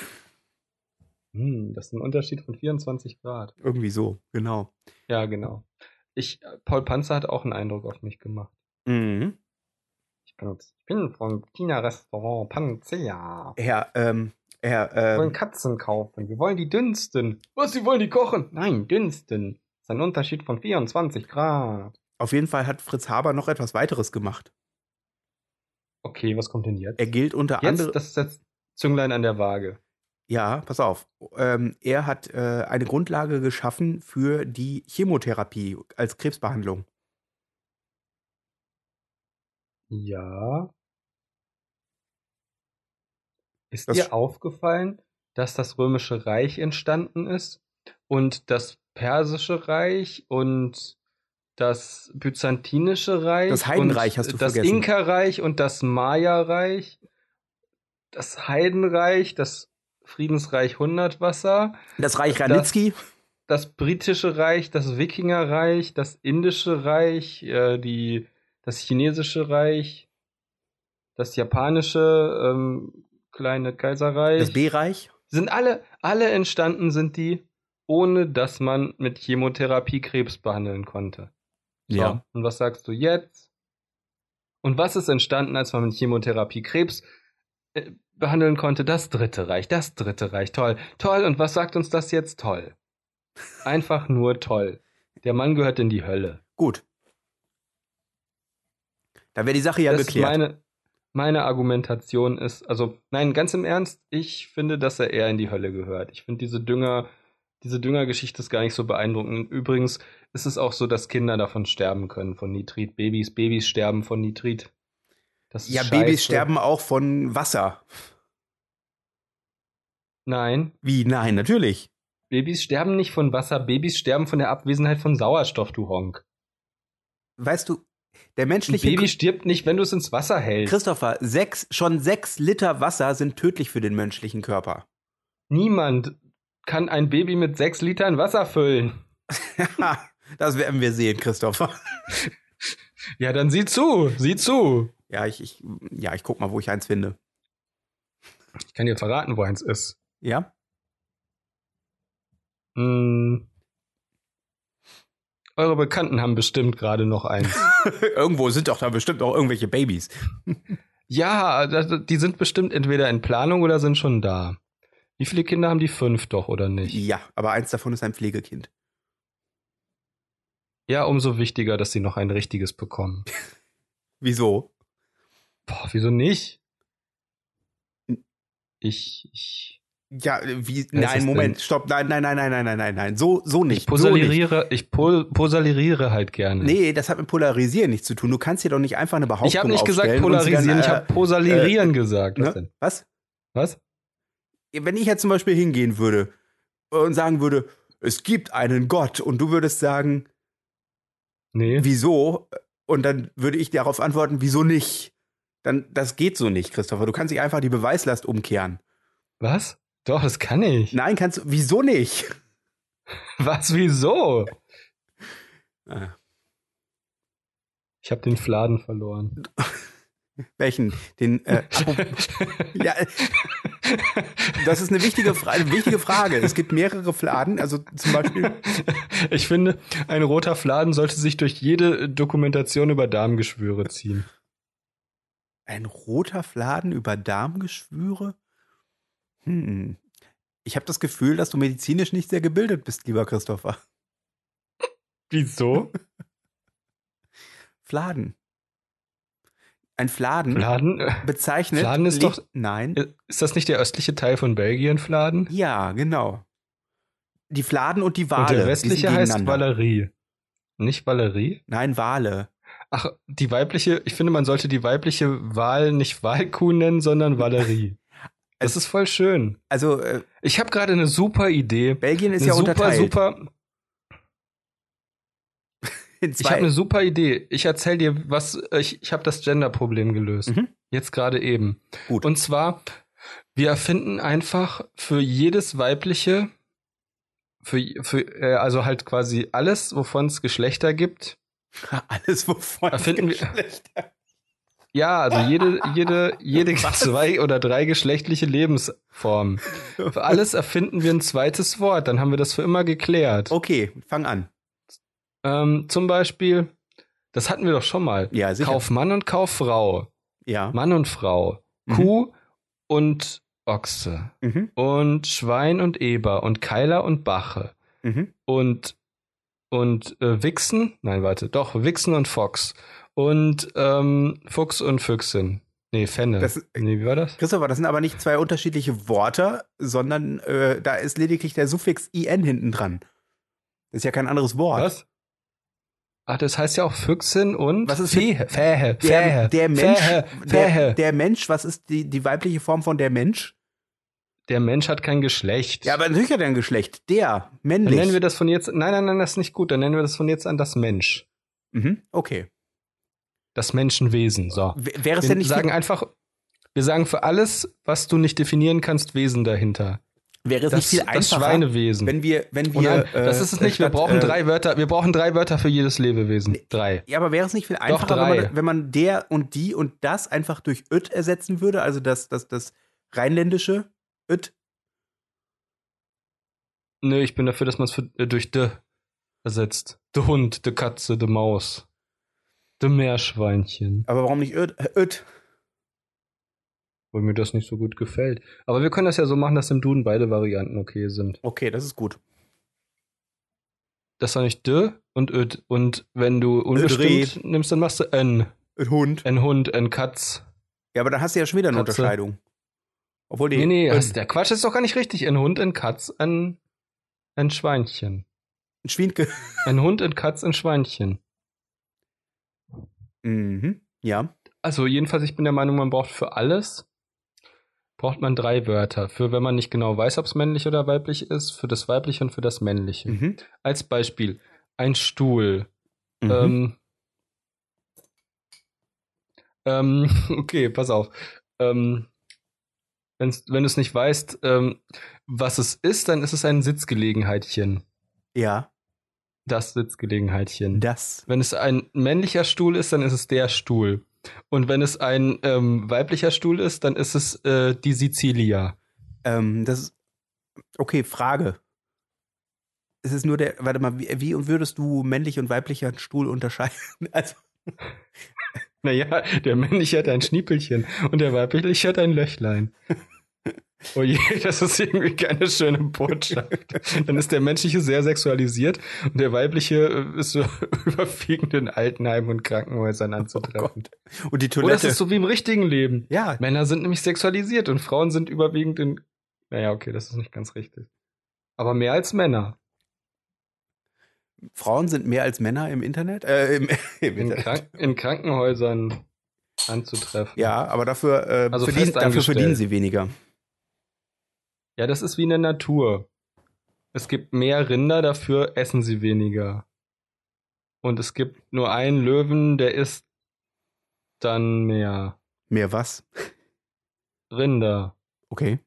S1: Hm, das ist ein Unterschied von 24 Grad.
S2: Irgendwie so, genau.
S1: Ja, genau. Ich, Paul Panzer hat auch einen Eindruck auf mich gemacht.
S2: Mhm.
S1: Ich bin, ich bin vom China-Restaurant Panzea.
S2: Herr, ähm, Herr,
S1: Wir wollen
S2: ähm,
S1: Katzen kaufen. Wir wollen die dünsten. Was, sie wollen die kochen? Nein, dünsten. Das ist ein Unterschied von 24 Grad.
S2: auf jeden Fall hat Fritz Haber noch etwas weiteres gemacht.
S1: Okay, was kommt denn jetzt?
S2: Er gilt unter anderem.
S1: Jetzt, das ist das Zünglein an der Waage.
S2: Ja, pass auf. Ähm, er hat äh, eine Grundlage geschaffen für die Chemotherapie als Krebsbehandlung.
S1: Ja. Ist
S2: Das-
S1: dir aufgefallen, dass das Römische Reich entstanden ist und das Persische Reich und das Byzantinische Reich,
S2: Das Heidenreich
S1: und
S2: hast du
S1: das
S2: vergessen.
S1: Inka-Reich und das Maya-Reich, das Heidenreich, das Friedensreich Hundertwasser,
S2: Das Reich
S1: Das-
S2: Ranitzky,
S1: das britische Reich, das Wikingerreich, das indische Reich, äh, die, das chinesische Reich, das japanische ähm, kleine Kaiserreich.
S2: das B-Reich.
S1: sind alle, alle entstanden sind die, ohne dass man mit Chemotherapie Krebs behandeln konnte. So,
S2: Ja.
S1: Und was sagst du jetzt? Und was ist entstanden, als man mit Chemotherapie Krebs äh, behandeln konnte? Das Dritte Reich, das Dritte Reich, toll, toll. Und was sagt uns das jetzt? Toll. Einfach nur toll. Der Mann gehört in die Hölle.
S2: Gut. Da wäre die Sache ja
S1: das ist
S2: geklärt.
S1: meine, meine Argumentation ist, also nein, ganz im Ernst, ich finde, dass er eher in die Hölle gehört. Ich finde diese Dünger, diese Düngergeschichte ist gar nicht so beeindruckend. Übrigens ist es auch so, dass Kinder davon sterben können, von Nitrit. Babys, Babys sterben von Nitrit. Das ist
S2: ja,
S1: scheiße.
S2: Babys sterben auch von Wasser.
S1: Nein,
S2: Wie? Nein, natürlich.
S1: Babys sterben nicht von Wasser, Babys sterben von der Abwesenheit von Sauerstoff, du Honk.
S2: Weißt du, der
S1: Ein
S2: menschliche
S1: Baby stirbt nicht, wenn du es ins Wasser hältst.
S2: Christopher, sechs, schon sechs Liter Wasser sind tödlich für den menschlichen Körper.
S1: Niemand kann ein Baby mit sechs Litern Wasser füllen.
S2: das werden wir sehen, Christopher.
S1: Ja, dann sieh zu, sieh zu.
S2: Ja, ich, ich, ja, ich guck mal, wo ich eins finde.
S1: Ich kann dir verraten, wo eins ist.
S2: Ja?
S1: Hm. Eure Bekannten haben bestimmt gerade noch eins.
S2: Irgendwo sind doch da bestimmt auch irgendwelche Babys.
S1: Ja, das, die sind bestimmt entweder in Planung oder sind schon da. Wie viele Kinder haben die? Fünf doch, oder nicht?
S2: Ja, aber eins davon ist ein Pflegekind.
S1: Ja, umso wichtiger, dass sie noch ein richtiges bekommen.
S2: Wieso?
S1: Boah, wieso nicht? Ich, ich,
S2: Ja, wie?
S1: Wer ist
S2: nein,
S1: das
S2: Moment,
S1: denn?
S2: stopp, nein, nein, nein, nein, nein, nein, nein, nein. So, so nicht.
S1: ich
S2: so nicht.
S1: posaliriere, ich pol, posaliriere halt gerne.
S2: Nee, das hat mit Polarisieren nichts zu tun. Du kannst hier doch nicht einfach eine Behauptung
S1: ich habe nicht gesagt
S2: aufstellen und sie
S1: polarisieren, ich
S2: dann,
S1: habe posalirieren gesagt. Was
S2: äh, ne?
S1: denn?
S2: Was?
S1: Was?
S2: Wenn ich jetzt zum Beispiel hingehen würde und sagen würde, es gibt einen Gott und du würdest sagen,
S1: Nee.
S2: wieso? Und dann würde ich darauf antworten, wieso nicht? Dann, das geht so nicht, Christopher. Du kannst nicht einfach die Beweislast umkehren.
S1: Was? Doch, das kann ich.
S2: Nein, kannst du, wieso nicht?
S1: Was, wieso?
S2: Ah,
S1: Ich habe den Fladen verloren.
S2: Welchen? Den, äh, ja, äh, das ist eine wichtige, Fra eine wichtige Frage. Es gibt mehrere Fladen, also zum Beispiel,
S1: ich finde, ein roter Fladen sollte sich durch jede Dokumentation über Darmgeschwüre ziehen.
S2: Ein roter Fladen über Darmgeschwüre? Hm. Ich habe das Gefühl, dass du medizinisch nicht sehr gebildet bist, lieber Christopher.
S1: Wieso?
S2: Fladen. Ein Fladen
S1: Fladen? äh,
S2: bezeichnet.
S1: Fladen ist
S2: liegt-
S1: doch- Äh.
S2: Nein.
S1: Ist das nicht der östliche Teil von Belgien, Fladen?
S2: Ja, genau. Die Fladen und die Wale.
S1: Und der
S2: die
S1: westliche
S2: sind
S1: heißt
S2: gegeneinander.
S1: Valerie. Nicht Valerie?
S2: Nein, Wale.
S1: Ach, die weibliche, ich finde, man sollte die weibliche Wahl nicht Wahlkuh nennen, sondern Valerie. Das ist voll schön.
S2: Also, äh,
S1: Ich habe gerade eine super Idee.
S2: Belgien ist
S1: eine
S2: ja
S1: super,
S2: unterteilt.
S1: super,
S2: in
S1: Ich habe
S2: zwei.
S1: eine super Idee. Ich erzähle dir, was äh, ich, ich habe das Gender-Problem gelöst.
S2: Mhm.
S1: Jetzt gerade eben.
S2: Gut.
S1: Und zwar, wir erfinden einfach für jedes weibliche, für, für äh, also halt quasi alles, wovon es Geschlechter gibt.
S2: Alles, wovon.
S1: Erfinden wir-
S2: Geschlechter-
S1: Ja, also jede, jede, jede zwei oder drei geschlechtliche Lebensformen. Für alles erfinden wir ein zweites Wort. Dann haben wir das für immer geklärt.
S2: Okay, fang an.
S1: Ähm, zum Beispiel, das hatten wir doch schon mal.
S2: Ja, sicher.
S1: Kaufmann und Kauffrau.
S2: Ja.
S1: Mann und Frau,
S2: Mhm.
S1: Kuh und Ochse
S2: Mhm.
S1: und Schwein und Eber und Keiler und Bache
S2: Mhm.
S1: und und äh, Wichsen, nein, warte, doch, Wichsen und Fox und ähm, Fuchs und Füchsin. Nee, Fenne.
S2: Das ist- äh,
S1: nee, wie war das?
S2: Christopher, das sind aber nicht zwei unterschiedliche Wörter, sondern äh, da ist lediglich der Suffix in hinten dran. Das ist ja kein anderes Wort.
S1: Was? Ach, das heißt ja auch Füchsin und
S2: Was ist
S1: Fähe, Fähe,
S2: Der,
S1: Fähe,
S2: der Mensch,
S1: Fähe,
S2: Der,
S1: Fähe.
S2: der Mensch, was ist die, die weibliche Form von der Mensch?
S1: Der Mensch hat kein Geschlecht.
S2: Ja, aber natürlich hat er ein Geschlecht. Der,
S1: Dann
S2: männlich.
S1: nennen wir das von jetzt, nein, nein, nein, das ist nicht gut, dann nennen wir das von jetzt an das Mensch.
S2: mhm. Okay.
S1: Das Menschenwesen, so.
S2: W wäre es
S1: Wir
S2: denn nicht
S1: sagen einfach, wir sagen für alles, was du nicht definieren kannst, Wesen dahinter.
S2: viel, wäre es
S1: Das,
S2: nicht viel
S1: das
S2: einfacher,
S1: Schweinewesen.
S2: wenn wir, wenn wir,
S1: oh nein, das
S2: äh,
S1: ist es nicht. Wir
S2: statt,
S1: brauchen
S2: äh,
S1: drei Wörter. Wir brauchen drei Wörter für jedes Lebewesen. Drei.
S2: Ja, aber wäre es nicht viel einfacher, wenn
S1: drei.
S2: man, wenn man der und die und das einfach durch öt ersetzen würde? Also das, das, das rheinländische öt?
S1: Nö, ich bin dafür, dass man es äh, durch de ersetzt. De Hund, de Katze, de Maus, de Meerschweinchen,
S2: Aber warum nicht öt? öt?
S1: weil mir das nicht so gut gefällt. Aber wir können das ja so machen, dass im Duden beide Varianten okay sind.
S2: Okay, das ist gut.
S1: Das war nicht de und öd. Und wenn du unbestimmt nimmst, dann machst du n.
S2: Öt Hund.
S1: N Hund, n Katz.
S2: Ja, aber dann hast du ja schon wieder eine
S1: Katze.
S2: Unterscheidung. Obwohl die.
S1: Nee, nee,
S2: Öt-
S1: hast- der Quatsch ist doch gar nicht richtig. Ein Hund, ein Katz, ein, ein Schweinchen.
S2: ein Schwindke.
S1: Ein Hund, ein Katz, ein Schweinchen.
S2: Mhm. Ja.
S1: Also jedenfalls, ich bin der Meinung, man braucht für alles, braucht man drei Wörter. Für, wenn man nicht genau weiß, ob es männlich oder weiblich ist, für das weibliche und für das männliche.
S2: Mhm.
S1: Als Beispiel, ein Stuhl.
S2: Mhm.
S1: Ähm, ähm, okay, pass auf. Ähm, wenn's, wenn du es nicht weißt, ähm, was es ist, dann ist es ein Sitzgelegenheitchen.
S2: ja,
S1: Das Sitzgelegenheitchen.
S2: das.
S1: Wenn es ein männlicher Stuhl ist, dann ist es der Stuhl. Und wenn es ein ähm, weiblicher Stuhl ist, dann ist es äh, die Sizilia.
S2: Ähm, das ist. Okay, Frage. Es ist nur der. Warte mal, wie, wie würdest du männlich und weiblicher Stuhl unterscheiden? Also.
S1: Naja, der männliche hat ein Schniepelchen und der weibliche hat ein Löchlein. Oh je, das ist irgendwie keine schöne Botschaft. Dann ist der menschliche sehr sexualisiert und der weibliche äh, ist so überwiegend in Altenheimen und Krankenhäusern anzutreffen.
S2: Und die
S1: Oh, das
S2: Toilette.
S1: ist so wie im richtigen Leben.
S2: ja,
S1: Männer sind nämlich sexualisiert und Frauen sind überwiegend in. Naja, okay, das ist nicht ganz richtig. Aber mehr als Männer.
S2: Frauen sind mehr als Männer im Internet. Äh, im,
S1: In,
S2: im Internet.
S1: Krank in Krankenhäusern anzutreffen.
S2: Ja, aber dafür, äh,
S1: Also
S2: verdienen, dafür
S1: festangestellt.
S2: verdienen sie weniger.
S1: Ja, das ist wie in der Natur. Es gibt mehr Rinder, dafür essen sie weniger. Und es gibt nur einen Löwen, der isst dann mehr
S2: Mehr was?
S1: Rinder.
S2: Okay.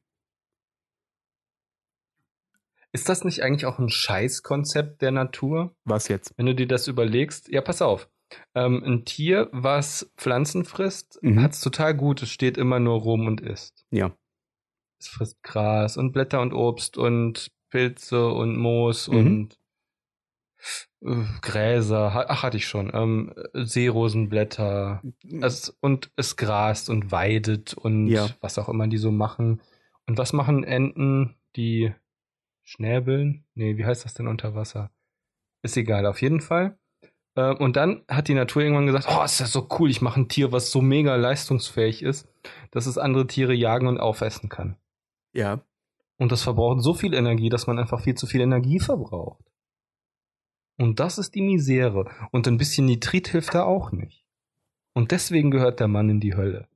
S1: Ist das nicht eigentlich auch ein Scheißkonzept der Natur?
S2: Was jetzt?
S1: Wenn du dir das überlegst, ja, pass auf. Ähm, ein Tier, was Pflanzen frisst,
S2: Mhm.
S1: hat's total gut. Es steht immer nur rum und isst.
S2: Ja.
S1: Es frisst Gras und Blätter und Obst und Pilze und Moos
S2: Mhm.
S1: und äh, Gräser. Ha- Ach, hatte ich schon. Ähm, Seerosenblätter. Es, und es grast und weidet und
S2: Ja.
S1: was auch immer die so machen. Und was machen Enten, die schnäbeln? Nee, wie heißt das denn unter Wasser? Ist egal, auf jeden Fall. Äh, Und dann hat die Natur irgendwann gesagt, oh, ist das so cool, ich mache ein Tier, was so mega leistungsfähig ist, dass es andere Tiere jagen und aufessen kann.
S2: ja.
S1: Und das verbraucht so viel Energie, dass man einfach viel zu viel Energie verbraucht. Und das ist die Misere. Und ein bisschen Nitrit hilft da auch nicht. Und deswegen gehört der Mann in die Hölle.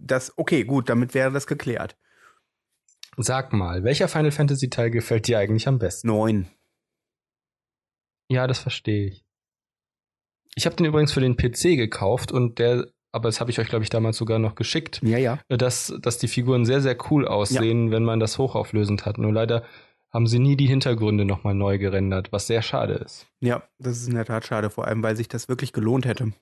S2: Das, okay, gut, damit wäre das geklärt.
S1: Sag mal, welcher Final Fantasy Teil gefällt dir eigentlich am besten?
S2: Neun.
S1: Ja, das verstehe ich. Ich habe den übrigens für den PC gekauft und der, aber das habe ich euch, glaube ich, damals sogar noch geschickt,
S2: Ja, ja.
S1: dass, dass die Figuren sehr, sehr cool aussehen, wenn man das hochauflösend hat. Nur leider haben sie nie die Hintergründe nochmal neu gerendert, was sehr schade ist.
S2: Ja, das ist in der Tat schade, vor allem, weil sich das wirklich gelohnt hätte.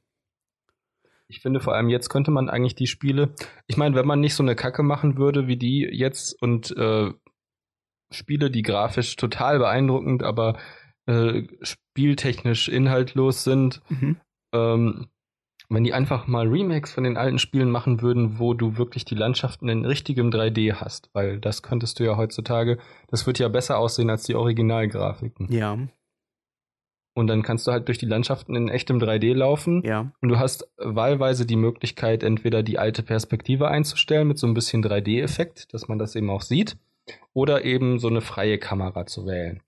S1: Ich finde vor allem jetzt könnte man eigentlich die Spiele, ich meine, wenn man nicht so eine Kacke machen würde wie die jetzt und äh, Spiele, die grafisch total beeindruckend, aber äh, spieltechnisch inhaltlos sind,
S2: Mhm.
S1: ähm, wenn die einfach mal Remakes von den alten Spielen machen würden, wo du wirklich die Landschaften in richtigem 3D hast, weil das könntest du ja heutzutage, das wird ja besser aussehen als die Originalgrafiken.
S2: Ja,
S1: Und dann kannst du halt durch die Landschaften in echtem 3D laufen
S2: ja.
S1: und du hast wahlweise die Möglichkeit, entweder die alte Perspektive einzustellen mit so ein bisschen 3D-Effekt, dass man das eben auch sieht, oder eben so eine freie Kamera zu wählen.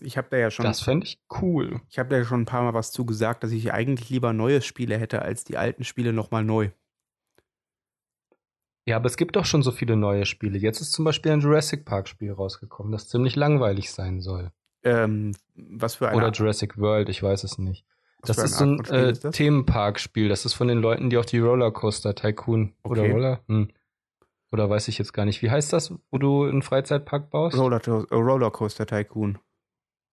S2: Ich habe da ja schon,
S1: Das fände ich cool.
S2: ich habe da ja schon ein paar Mal was zu gesagt, dass ich eigentlich lieber neue Spiele hätte, als die alten Spiele nochmal neu.
S1: Ja, aber es gibt doch schon so viele neue Spiele. Jetzt ist zum Beispiel ein Jurassic Park Spiel rausgekommen, das ziemlich langweilig sein soll.
S2: Ähm, was für eine
S1: Oder
S2: Art-
S1: Jurassic World, ich weiß es nicht. Das
S2: was für
S1: ist so
S2: eine
S1: ein
S2: Art von Spiel
S1: äh,
S2: ist das?
S1: Themenparkspiel. Das ist von den Leuten, die auch die Rollercoaster Tycoon oder
S2: Okay.
S1: Roller, hm. oder weiß ich jetzt gar nicht. Wie heißt das, wo du einen Freizeitpark baust?
S2: Roller, äh, Rollercoaster Tycoon.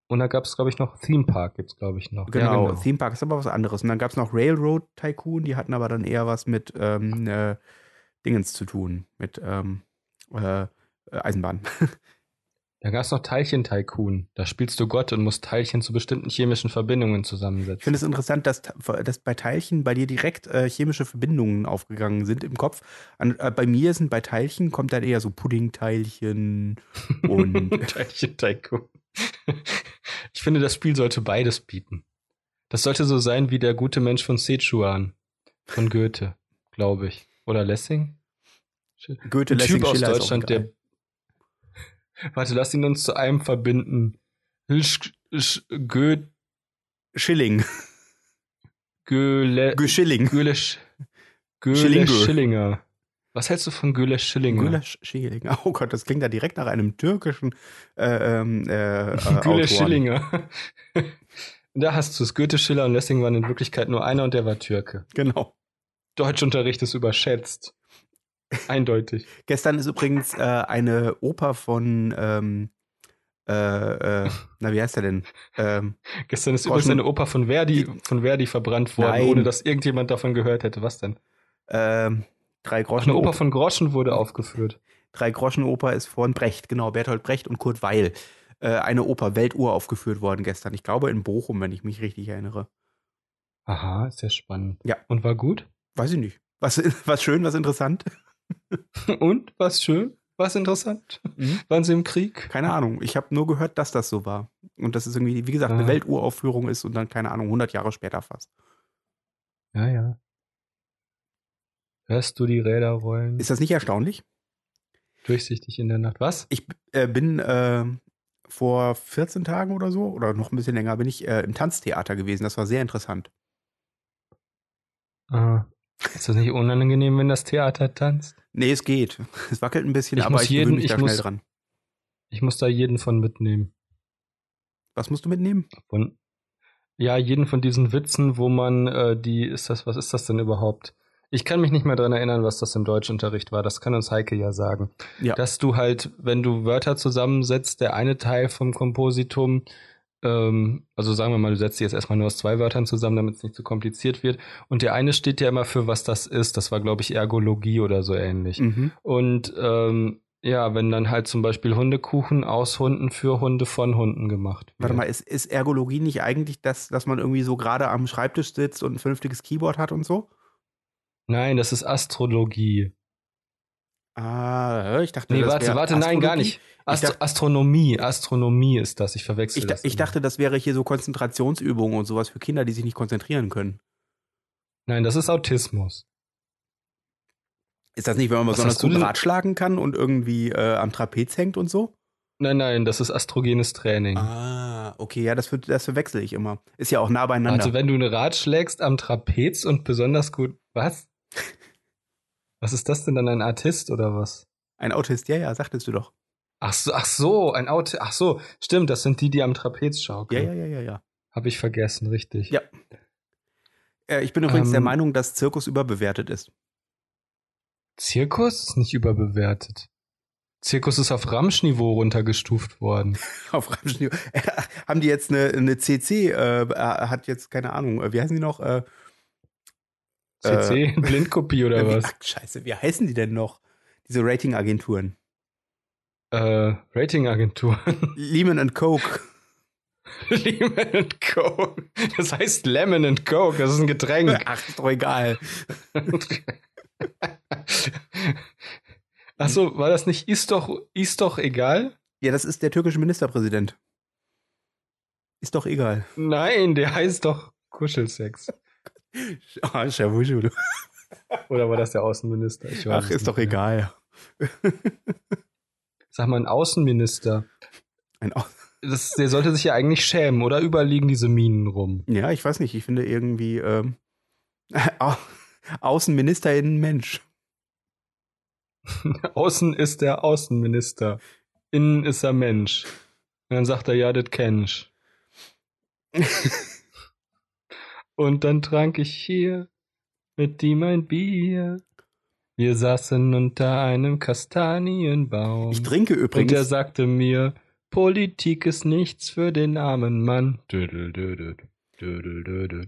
S1: Und da gab es, glaube ich, noch Theme Park, gibt es, glaube ich, noch.
S2: Genau,
S1: Ja, genau.
S2: Theme Park ist aber was anderes. Und dann gab es noch Railroad Tycoon, die hatten aber dann eher was mit ähm, äh, Dingens zu tun, mit ähm, äh, äh, Eisenbahn.
S1: Da gab es noch Teilchen Tycoon. Da spielst du Gott und musst Teilchen zu bestimmten chemischen Verbindungen
S2: Ich
S1: zusammensetzen.
S2: finde es interessant, dass, ta- dass bei Teilchen bei dir direkt äh, chemische Verbindungen aufgegangen sind im Kopf. An, äh, bei mir sind bei Teilchen kommt dann eher so Puddingteilchen und
S1: Teilchen Tycoon. Ich finde, das Spiel sollte beides bieten. Das sollte so sein wie der gute Mensch von Sichuan. Von Goethe, glaube ich. Oder Lessing?
S2: Goethe
S1: Ein Typ
S2: Lessing
S1: aus
S2: Schiller ist auch
S1: Deutschland,
S2: egal.
S1: der. Warte, lass ihn uns zu einem verbinden. Hilsch, Sch, Gö,
S2: Schilling,
S1: Göle,
S2: Gö Schilling,
S1: Gölesch, Göle
S2: Schillingö.
S1: Schillinger. Was hältst du von Göle Schillinger?
S2: Güler Schilling. Oh Gott, das klingt da direkt nach einem türkischen äh, ähm, äh, äh,
S1: Güle
S2: Autoren.
S1: Schillinger. da hast du es. Goethe, Schiller und Lessing waren in Wirklichkeit nur einer und der war Türke.
S2: Genau.
S1: Deutschunterricht ist überschätzt. Eindeutig.
S2: Gestern ist übrigens äh, eine Oper von ähm, äh, äh, na wie heißt er denn? Ähm,
S1: Gestern ist
S2: Frau
S1: übrigens
S2: Schn-
S1: eine Oper von Verdi, von Verdi verbrannt worden,
S2: Nein.
S1: ohne dass irgendjemand davon gehört hätte. Was denn?
S2: ähm, drei
S1: Ach,
S2: Groschen
S1: eine Oper von Groschen wurde aufgeführt.
S2: Drei-Groschen-Oper ist von Brecht, genau, Bertolt Brecht und Kurt Weil. Äh, eine Oper, Weltuhr, aufgeführt worden gestern. Ich glaube in Bochum, wenn ich mich richtig erinnere.
S1: Aha, ist ja spannend.
S2: Ja.
S1: Und war gut?
S2: Weiß ich nicht. Was, was schön, was interessant?
S1: Und? Was schön? Was interessant?
S2: Mhm.
S1: Waren sie im Krieg?
S2: Keine Ahnung. Ich habe nur gehört, dass das so war. Und dass es irgendwie, wie gesagt, eine
S1: Ah.
S2: Welturaufführung ist und dann, keine Ahnung, 100 Jahre später fast.
S1: Ja, ja. Hörst du die Räder rollen?
S2: Ist das nicht erstaunlich?
S1: durchsichtig in der Nacht. Was?
S2: Ich äh, bin äh, vor 14 Tagen oder so, oder noch ein bisschen länger, bin ich äh, im Tanztheater gewesen. Das war sehr interessant.
S1: Ah. Ist das nicht unangenehm, wenn das Theater tanzt?
S2: Nee, es geht. Es wackelt ein bisschen,
S1: Ich
S2: aber
S1: muss
S2: ich
S1: jeden-
S2: gewöhne mich
S1: ich
S2: da
S1: muss-
S2: schnell dran.
S1: Ich muss da jeden von mitnehmen.
S2: Was musst du mitnehmen?
S1: Von, ja, jeden von diesen Witzen, wo man äh, die, ist das, was ist das denn überhaupt? Ich kann mich nicht mehr dran erinnern, was das im Deutschunterricht war. Das kann uns Heike ja sagen.
S2: Ja.
S1: Dass du halt, wenn du Wörter zusammensetzt, der eine Teil vom Kompositum, ähm, also sagen wir mal, du setzt die jetzt erstmal nur aus zwei Wörtern zusammen, damit es nicht zu kompliziert wird. Und der eine steht ja immer für, was das ist. Das war, glaube ich, Ergologie oder so ähnlich.
S2: Mhm.
S1: Und ähm, ja, wenn dann halt zum Beispiel Hundekuchen aus Hunden für Hunde von Hunden gemacht wird.
S2: Warte mal, ist, ist Ergologie nicht eigentlich das, dass man irgendwie so gerade am Schreibtisch sitzt und ein vernünftiges Keyboard hat und so?
S1: Nein, das ist Astrologie.
S2: Ah, ich dachte,
S1: Nee,
S2: das
S1: warte,
S2: wär
S1: warte, nein, gar
S2: Astrologie.
S1: nicht. Astro
S2: dacht-
S1: Astronomie, Astronomie ist das. Ich verwechsel
S2: Ich, da,
S1: das.
S2: ich
S1: immer.
S2: dachte, das wäre hier so Konzentrationsübungen und sowas für Kinder, die sich nicht konzentrieren können.
S1: Nein, das ist Autismus.
S2: Ist das nicht, wenn man
S1: Was
S2: besonders
S1: hast du
S2: gut
S1: denn-
S2: ratschlagen kann und irgendwie äh, am Trapez hängt und so?
S1: Nein, nein, das ist astrogenes Training.
S2: Ah, okay, ja, das, ver- das verwechsel ich immer. Ist ja auch nah beieinander.
S1: also wenn du eine Rad schlägst am Trapez und besonders gut. Was? Was ist das denn dann ein Artist oder was?
S2: Ein Autist, ja, ja, sagtest du doch.
S1: Ach so, ach so, ein Auto. Ach so, stimmt, das sind die, die am Trapez schaukeln.
S2: Ja, ja, ja, ja, ja.
S1: Habe ich vergessen, richtig.
S2: Ja. Äh, ich bin übrigens der
S1: Ähm.
S2: Meinung, dass Zirkus überbewertet ist.
S1: Zirkus ist nicht überbewertet. Zirkus ist auf Ramschniveau runtergestuft worden.
S2: Auf Ramschen. Haben die jetzt eine, eine CC, äh, äh, hat jetzt, keine Ahnung, äh, wie heißen die noch? Äh,
S1: CC, Blindkopie oder
S2: wie,
S1: was?
S2: ach, scheiße, wie heißen die denn noch? Diese Ratingagenturen.
S1: Äh, Ratingagentur.
S2: Lehman and Coke.
S1: Lemon and Coke. Das heißt Lemon and Coke. Das ist ein Getränk.
S2: Ach, ist doch egal.
S1: Ach so, war das nicht ist doch ist doch egal?
S2: Ja, das ist der türkische Ministerpräsident. Ist doch egal.
S1: Nein, der heißt doch Kuschelsex.
S2: Ah, Shavushulu.
S1: Oder war das der Außenminister? Ich weiß
S2: Ach,
S1: es
S2: ist
S1: nicht
S2: doch
S1: mehr.
S2: egal.
S1: Sag mal, ein Außenminister.
S2: Ein Au-
S1: Das, der sollte sich ja eigentlich schämen, oder? Überall liegen diese Minen rum.
S2: ja, ich weiß nicht. Ich finde irgendwie ähm, Au Außenminister in Mensch.
S1: Außen ist der Außenminister. Innen ist er Mensch. Und dann sagt er, ja, das kenn ich. und dann trank ich hier mit ihm ein Bier. Wir saßen unter einem Kastanienbaum.
S2: Ich trinke
S1: und er
S2: übrigens.
S1: sagte mir, Politik ist nichts für den armen Mann. Düdel, düdel, düdel, düdel.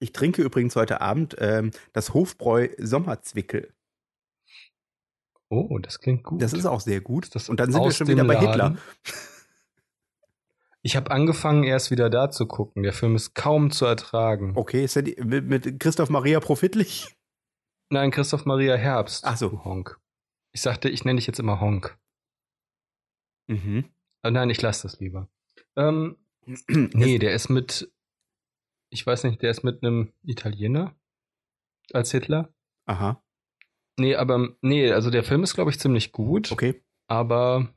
S2: Ich trinke übrigens heute Abend ähm, das Hofbräu Sommerzwickel.
S1: Oh, das klingt gut.
S2: Das ist auch sehr gut.
S1: Ist das
S2: Und dann sind wir
S1: aus
S2: schon
S1: dem
S2: wieder bei
S1: Laden?
S2: Hitler.
S1: Ich habe angefangen, erst wieder da zu gucken. Der Film ist kaum zu ertragen.
S2: Okay, ist ja die, mit, mit Christoph Maria Profitlich.
S1: Nein, Christoph Maria Herbst.
S2: Ach so.
S1: Du Honk. Ich sagte, ich nenne dich jetzt immer Honk.
S2: Mhm.
S1: Ah, nein, ich lasse das lieber. Ähm, nee, der ist mit, ich weiß nicht, der ist mit einem Italiener als Hitler.
S2: Aha,
S1: Nee, aber, nee, also der Film ist, glaube ich, ziemlich gut.
S2: okay.
S1: Aber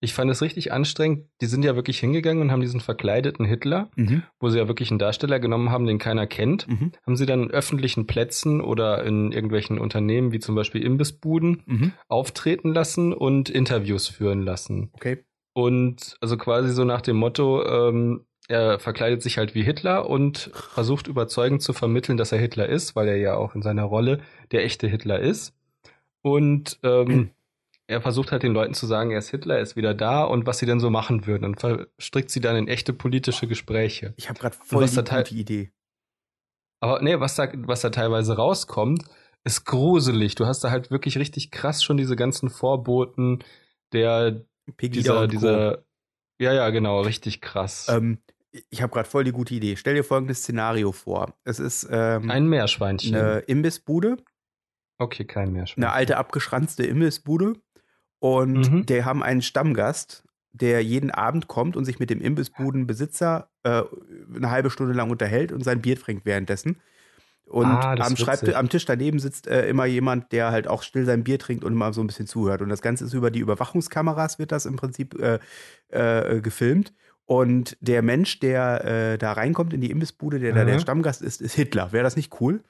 S1: ich fand es richtig anstrengend. Die sind ja wirklich hingegangen und haben diesen verkleideten Hitler
S2: Mhm.
S1: wo sie ja wirklich einen Darsteller genommen haben, den keiner kennt,
S2: Mhm.
S1: haben sie dann in öffentlichen Plätzen oder in irgendwelchen Unternehmen, wie zum Beispiel Imbissbuden,
S2: Mhm.
S1: auftreten lassen und Interviews führen lassen.
S2: Okay.
S1: Und also quasi so nach dem Motto, ähm, er verkleidet sich halt wie Hitler und versucht überzeugend zu vermitteln, dass er Hitler ist, weil er ja auch in seiner Rolle der echte Hitler ist. Und ähm, er versucht halt den Leuten zu sagen, er ist Hitler, er ist wieder da und was sie denn so machen würden und verstrickt sie dann in echte politische Gespräche.
S2: Ich habe gerade voll
S1: was halt
S2: die
S1: da teil-
S2: gute Idee.
S1: Aber nee, was da, was da teilweise rauskommt, ist gruselig. Du hast da halt wirklich richtig krass schon diese ganzen Vorboten der
S2: Pegida
S1: dieser,
S2: und Co.
S1: dieser. Ja, ja, genau, richtig krass.
S2: Ähm, ich habe gerade voll die gute Idee. Stell dir folgendes Szenario vor. Es ist ähm,
S1: Ein Meerschweinchen.
S2: eine Imbissbude,
S1: okay, kein Meerschweinchen.
S2: eine alte abgeschranzte Imbissbude und
S1: Mhm.
S2: die haben einen Stammgast, der jeden Abend kommt und sich mit dem Imbissbudenbesitzer äh, eine halbe Stunde lang unterhält und sein Bier trinkt währenddessen. Und
S1: Ah, das
S2: am,
S1: ist
S2: Schreibtisch,
S1: witzig.
S2: am Tisch daneben sitzt äh, immer jemand, der halt auch still sein Bier trinkt und immer so ein bisschen zuhört. Und das Ganze ist über die Überwachungskameras, wird das im Prinzip äh, äh, gefilmt. Und der Mensch, der äh, da reinkommt in die Imbissbude, der da
S1: Mhm.
S2: der Stammgast ist, ist Hitler. Wäre das nicht cool?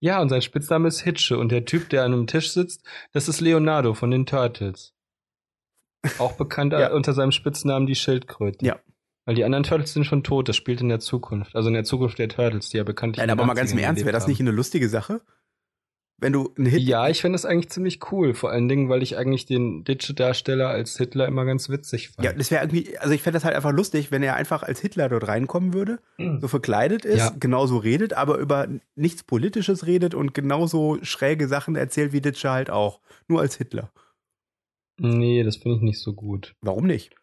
S1: Ja, und sein Spitzname ist Hitsche. Und der Typ, der an einem Tisch sitzt, das ist Leonardo von den Turtles. Auch bekannt
S2: Ja.
S1: unter seinem Spitznamen die Schildkröte.
S2: Ja.
S1: Weil die anderen Turtles sind schon tot, das spielt in der Zukunft. Also in der Zukunft der Turtles, die ja bekanntlich. in
S2: Nein,
S1: den
S2: aber mal ganz im
S1: 80ern
S2: Ernst, wäre
S1: gelebt
S2: das nicht eine lustige Sache? Wenn du einen Hit.
S1: Ja, ich finde das eigentlich ziemlich cool. Vor allen Dingen, weil ich eigentlich den Ditsche-Darsteller als Hitler immer ganz witzig fand.
S2: Ja, das wäre irgendwie, also ich fände das halt einfach lustig, wenn er einfach als Hitler dort reinkommen würde, so verkleidet ist,
S1: Ja.
S2: genauso redet, aber über nichts Politisches redet und genauso schräge Sachen erzählt wie Ditsche halt auch. Nur als Hitler.
S1: Nee, das finde ich nicht so gut.
S2: Warum nicht?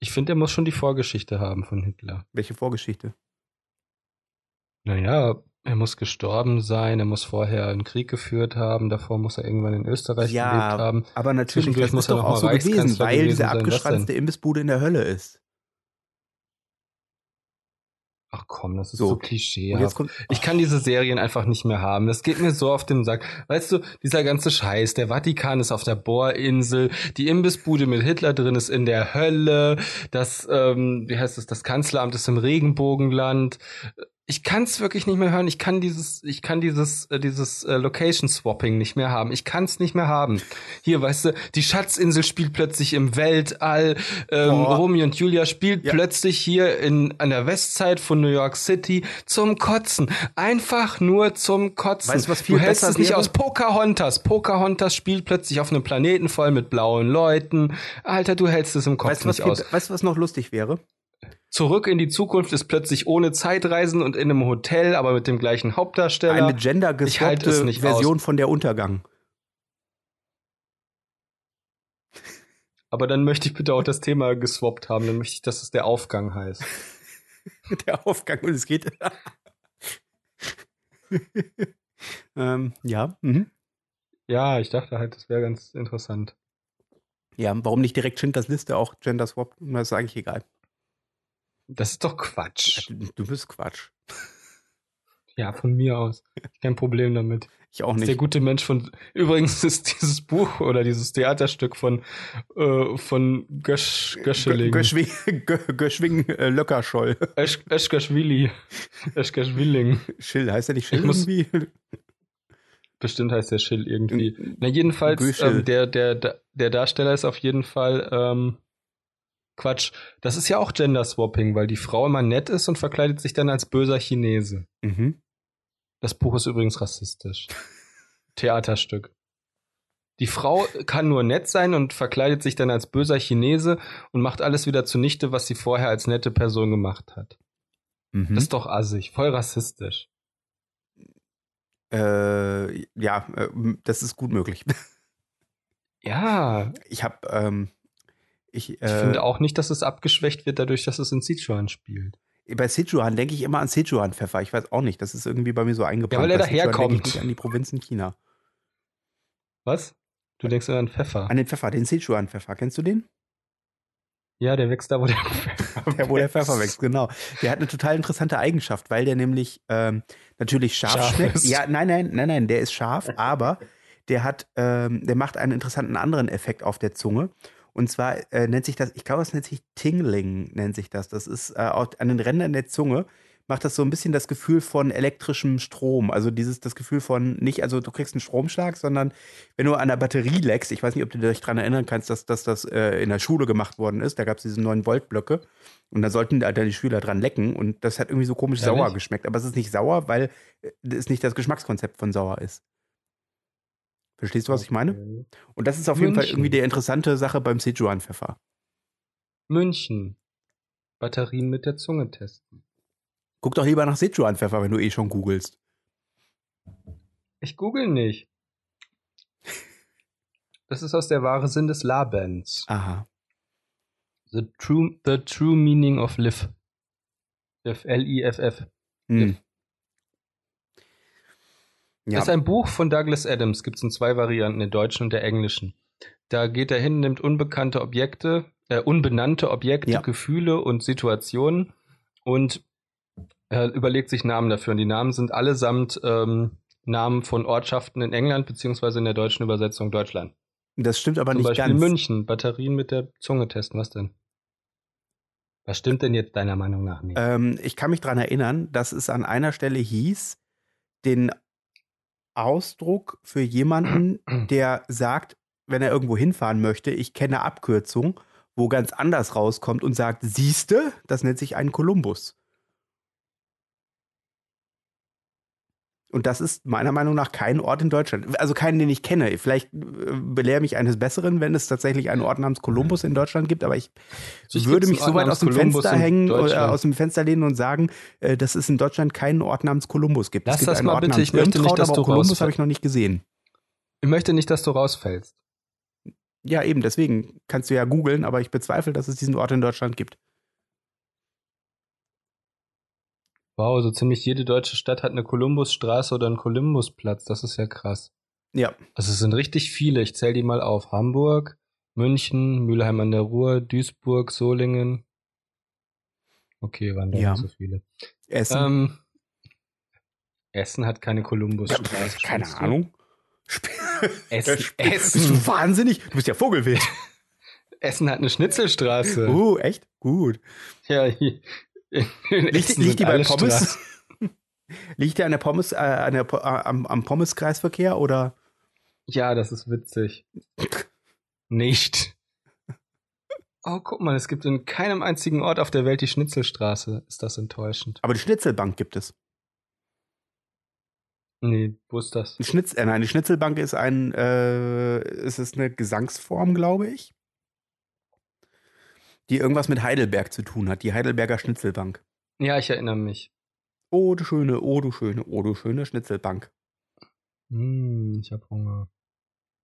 S1: Ich finde, er muss schon die Vorgeschichte haben von Hitler.
S2: Welche Vorgeschichte?
S1: Naja, er muss gestorben sein, er muss vorher einen Krieg geführt haben, davor muss er irgendwann in Österreich
S2: Ja.
S1: gelebt haben.
S2: Aber natürlich,
S1: Zwischendurch
S2: das
S1: muss
S2: ist
S1: er
S2: doch
S1: noch mal
S2: auch so gewesen,
S1: Reichskanzler
S2: weil
S1: gewesen
S2: diese
S1: sein. Was denn?
S2: abgeschranzte Imbissbude in der Hölle ist.
S1: Ach komm, das ist
S2: So.
S1: so,
S2: Und jetzt
S1: klischeehaft.
S2: kommt,
S1: Ich kann diese Serien einfach nicht mehr haben. Das geht mir so auf den Sack. Weißt du, dieser ganze Scheiß, der Vatikan ist auf der Bohrinsel, die Imbissbude mit Hitler drin ist in der Hölle, das, ähm, wie heißt es, das Kanzleramt ist im Regenbogenland. Ich kann es wirklich nicht mehr hören. Ich kann dieses, ich kann dieses, äh, dieses äh, Location Swapping nicht mehr haben. Ich kann es nicht mehr haben. Hier, weißt du, die Schatzinsel spielt plötzlich im Weltall. Ähm,
S2: Boah.
S1: Romeo und Julia spielt
S2: Ja.
S1: plötzlich hier in an der Westside von New York City zum Kotzen. Einfach nur zum Kotzen.
S2: Weißt du, was viel
S1: du hältst
S2: besser
S1: es nicht
S2: wäre?
S1: aus Pocahontas. Pocahontas spielt plötzlich auf einem Planeten voll mit blauen Leuten. Alter, du hältst es im Kopf
S2: weißt du, was,
S1: nicht
S2: viel-
S1: aus.
S2: weißt du, was noch lustig wäre?
S1: Zurück in die Zukunft ist plötzlich ohne Zeitreisen und in einem Hotel, aber mit dem gleichen Hauptdarsteller.
S2: Eine
S1: Ich halte es
S2: gendergeswappte
S1: nicht
S2: Version von der Untergang.
S1: aber dann möchte ich bitte auch das Thema geswappt haben. Dann möchte ich, dass es der Aufgang heißt.
S2: der Aufgang und es geht. ähm, ja, mhm.
S1: Ja, ich dachte halt, das wäre ganz interessant.
S2: ja, warum nicht direkt Schindlers Liste auch Gender Swap? Das ist eigentlich egal.
S1: Das ist doch Quatsch.
S2: Du bist Quatsch.
S1: Ja, von mir aus. Kein Problem damit.
S2: Ich auch
S1: Ist Der
S2: nicht.
S1: gute Mensch von übrigens ist dieses Buch oder dieses Theaterstück von äh, von Gösch, Göscheling. Gösch,
S2: Göschwing, Gö- Göschwing äh, Löckerscholl.
S1: Eschkaschwili. Eschkaschwilling.
S2: Schill, heißt er nicht Schill
S1: Ich muss-
S2: irgendwie?
S1: Bestimmt heißt der Schill irgendwie. Na jedenfalls
S2: Göschel.
S1: ähm, der der der Darsteller ist auf jeden Fall ähm, Quatsch. Das ist ja auch Gender Swapping, weil die Frau immer nett ist und verkleidet sich dann als böser Chinese.
S2: Mhm.
S1: Das Buch ist übrigens rassistisch. Theaterstück. Die Frau kann nur nett sein und verkleidet sich dann als böser Chinese und macht alles wieder zunichte, was sie vorher als nette Person gemacht hat.
S2: Mhm.
S1: Das ist doch assig, voll rassistisch.
S2: äh, ja, äh, das ist gut möglich.
S1: Ja,
S2: Ich habe, ähm, ich, äh,
S1: ich finde auch nicht, dass es abgeschwächt wird dadurch, dass es in Sichuan spielt.
S2: Bei Sichuan denke ich immer an Sichuan-Pfeffer. Ich weiß auch nicht. Das ist irgendwie bei mir so eingebrannt.
S1: Ja, weil er
S2: Bei Sichuan
S1: daherkommt.
S2: denke Ich nicht an die Provinzen China.
S1: Was? Du denkst immer an Pfeffer.
S2: An den Pfeffer, den Sichuan-Pfeffer. Kennst du den?
S1: Ja, der wächst da, wo der Pfeffer
S2: Der, wo der Pfeffer wächst, genau. Der hat eine total interessante Eigenschaft, weil der nämlich ähm, natürlich scharf,
S1: Scharf
S2: schmeckt.
S1: ist.
S2: Ja, nein, nein, nein, nein, der ist scharf, aber der hat, ähm, der macht einen interessanten anderen Effekt auf der Zunge. Und zwar äh, nennt sich das, ich glaube, es nennt sich Tingling, nennt sich das. Das ist äh, auf- an den Rändern der Zunge macht das so ein bisschen das Gefühl von elektrischem Strom. Also dieses, das Gefühl von nicht, also du kriegst einen Stromschlag, sondern wenn du an der Batterie leckst, ich weiß nicht, ob du dich daran erinnern kannst, dass, dass das äh, in der Schule gemacht worden ist, da gab es diese 9-Volt-Blöcke und da sollten da dann die Schüler dran lecken und das hat irgendwie so komisch
S1: Ehrlich?
S2: sauer geschmeckt. Aber es ist nicht sauer, weil äh, es nicht das Geschmackskonzept von sauer ist. Verstehst du, was ich meine? Und das ist auf jeden Fall
S1: München.
S2: irgendwie die interessante Sache beim Sichuan-Pfeffer.
S1: München. Batterien mit der Zunge testen.
S2: Guck doch lieber nach Sichuan-Pfeffer, wenn du eh schon googelst.
S1: Ich google nicht. Das ist aus der wahre Sinn des
S2: Ah.
S1: Labens.
S2: Aha.
S1: The true, the true meaning of live. Liff, L-I-F-F.
S2: Hm.
S1: Das ist ein Buch von Douglas Adams, gibt es in zwei Varianten, der deutschen und der englischen. Da geht er hin, nimmt unbekannte Objekte, äh, unbenannte Objekte,
S2: Ja.
S1: Gefühle und Situationen und äh, überlegt sich Namen dafür. Und die Namen sind allesamt ähm, Namen von Ortschaften in England, beziehungsweise in der deutschen Übersetzung Deutschland.
S2: Das stimmt aber
S1: Zum
S2: nicht
S1: Beispiel
S2: ganz.
S1: München, Batterien mit der Zunge testen, was denn? Was stimmt denn jetzt deiner Meinung nach nicht?
S2: Ähm, ich kann mich daran erinnern, dass es an einer Stelle hieß, den Ausdruck für jemanden, der sagt, wenn er irgendwo hinfahren möchte, ich kenne Abkürzung, wo ganz anders rauskommt und sagt, siehste, das nennt sich ein Kolumbus. Und das ist meiner Meinung nach kein Ort in Deutschland. Also keinen, den ich kenne. Vielleicht äh, belehre mich eines Besseren, wenn es tatsächlich einen Ort namens Kolumbus in Deutschland gibt, aber ich
S1: Ich
S2: würde
S1: gibt's
S2: mich
S1: einen
S2: so weit
S1: Ort
S2: aus dem
S1: namens Columbus
S2: Fenster
S1: in
S2: hängen
S1: Deutschland.
S2: oder aus dem Fenster lehnen und sagen, äh, dass es in Deutschland keinen Ort namens Kolumbus gibt.
S1: Lass
S2: es gibt
S1: das
S2: einen
S1: mal
S2: Ort
S1: bitte,
S2: namens
S1: ich möchte nicht,
S2: Irmtraut,
S1: dass
S2: aber
S1: du
S2: auch Kolumbus
S1: rausfällst.
S2: habe ich noch nicht gesehen.
S1: Ich möchte nicht, dass du rausfällst.
S2: Ja, eben, deswegen kannst du ja googeln, aber ich bezweifle, dass es diesen Ort in Deutschland gibt.
S1: Wow, so ziemlich jede deutsche Stadt hat eine Kolumbusstraße oder einen Kolumbusplatz. Das ist ja krass.
S2: Ja,
S1: Also es sind richtig viele. Ich zähle die mal auf. Hamburg, München, Mülheim an der Ruhr, Duisburg, Solingen. Okay, waren da
S2: Ja.
S1: nicht so viele.
S2: Essen.
S1: Ähm, Essen hat keine
S2: ja,
S1: Kolumbusstraße.
S2: pf, keine
S1: Spinnst du?
S2: Ahnung.
S1: Essen,
S2: Bist
S1: Essen,
S2: du wahnsinnig? Du bist ja Vogelwild.
S1: Essen hat eine Schnitzelstraße.
S2: Oh, echt? Gut.
S1: Ja, in
S2: Liegt,
S1: Essen
S2: liegt die
S1: sind
S2: bei
S1: alle
S2: Pommes?
S1: Straßen.
S2: liegt die an der Pommes, äh, an der, Po- äh, am, am Pommeskreisverkehr oder?
S1: Ja, das ist witzig. Nicht. Oh, guck mal, es gibt in keinem einzigen Ort auf der Welt die Schnitzelstraße. Ist das enttäuschend?
S2: Aber die Schnitzelbank gibt es.
S1: Nee, wo ist das?
S2: Ein Schnitz, äh, nein, die Schnitzelbank ist ein, äh, es ist eine Gesangsform, glaube ich, die irgendwas mit Heidelberg zu tun hat, die Heidelberger Schnitzelbank.
S1: Ja, ich erinnere mich.
S2: Oh, du schöne, oh, du schöne, oh, du schöne Schnitzelbank.
S1: Hm, ich hab Hunger.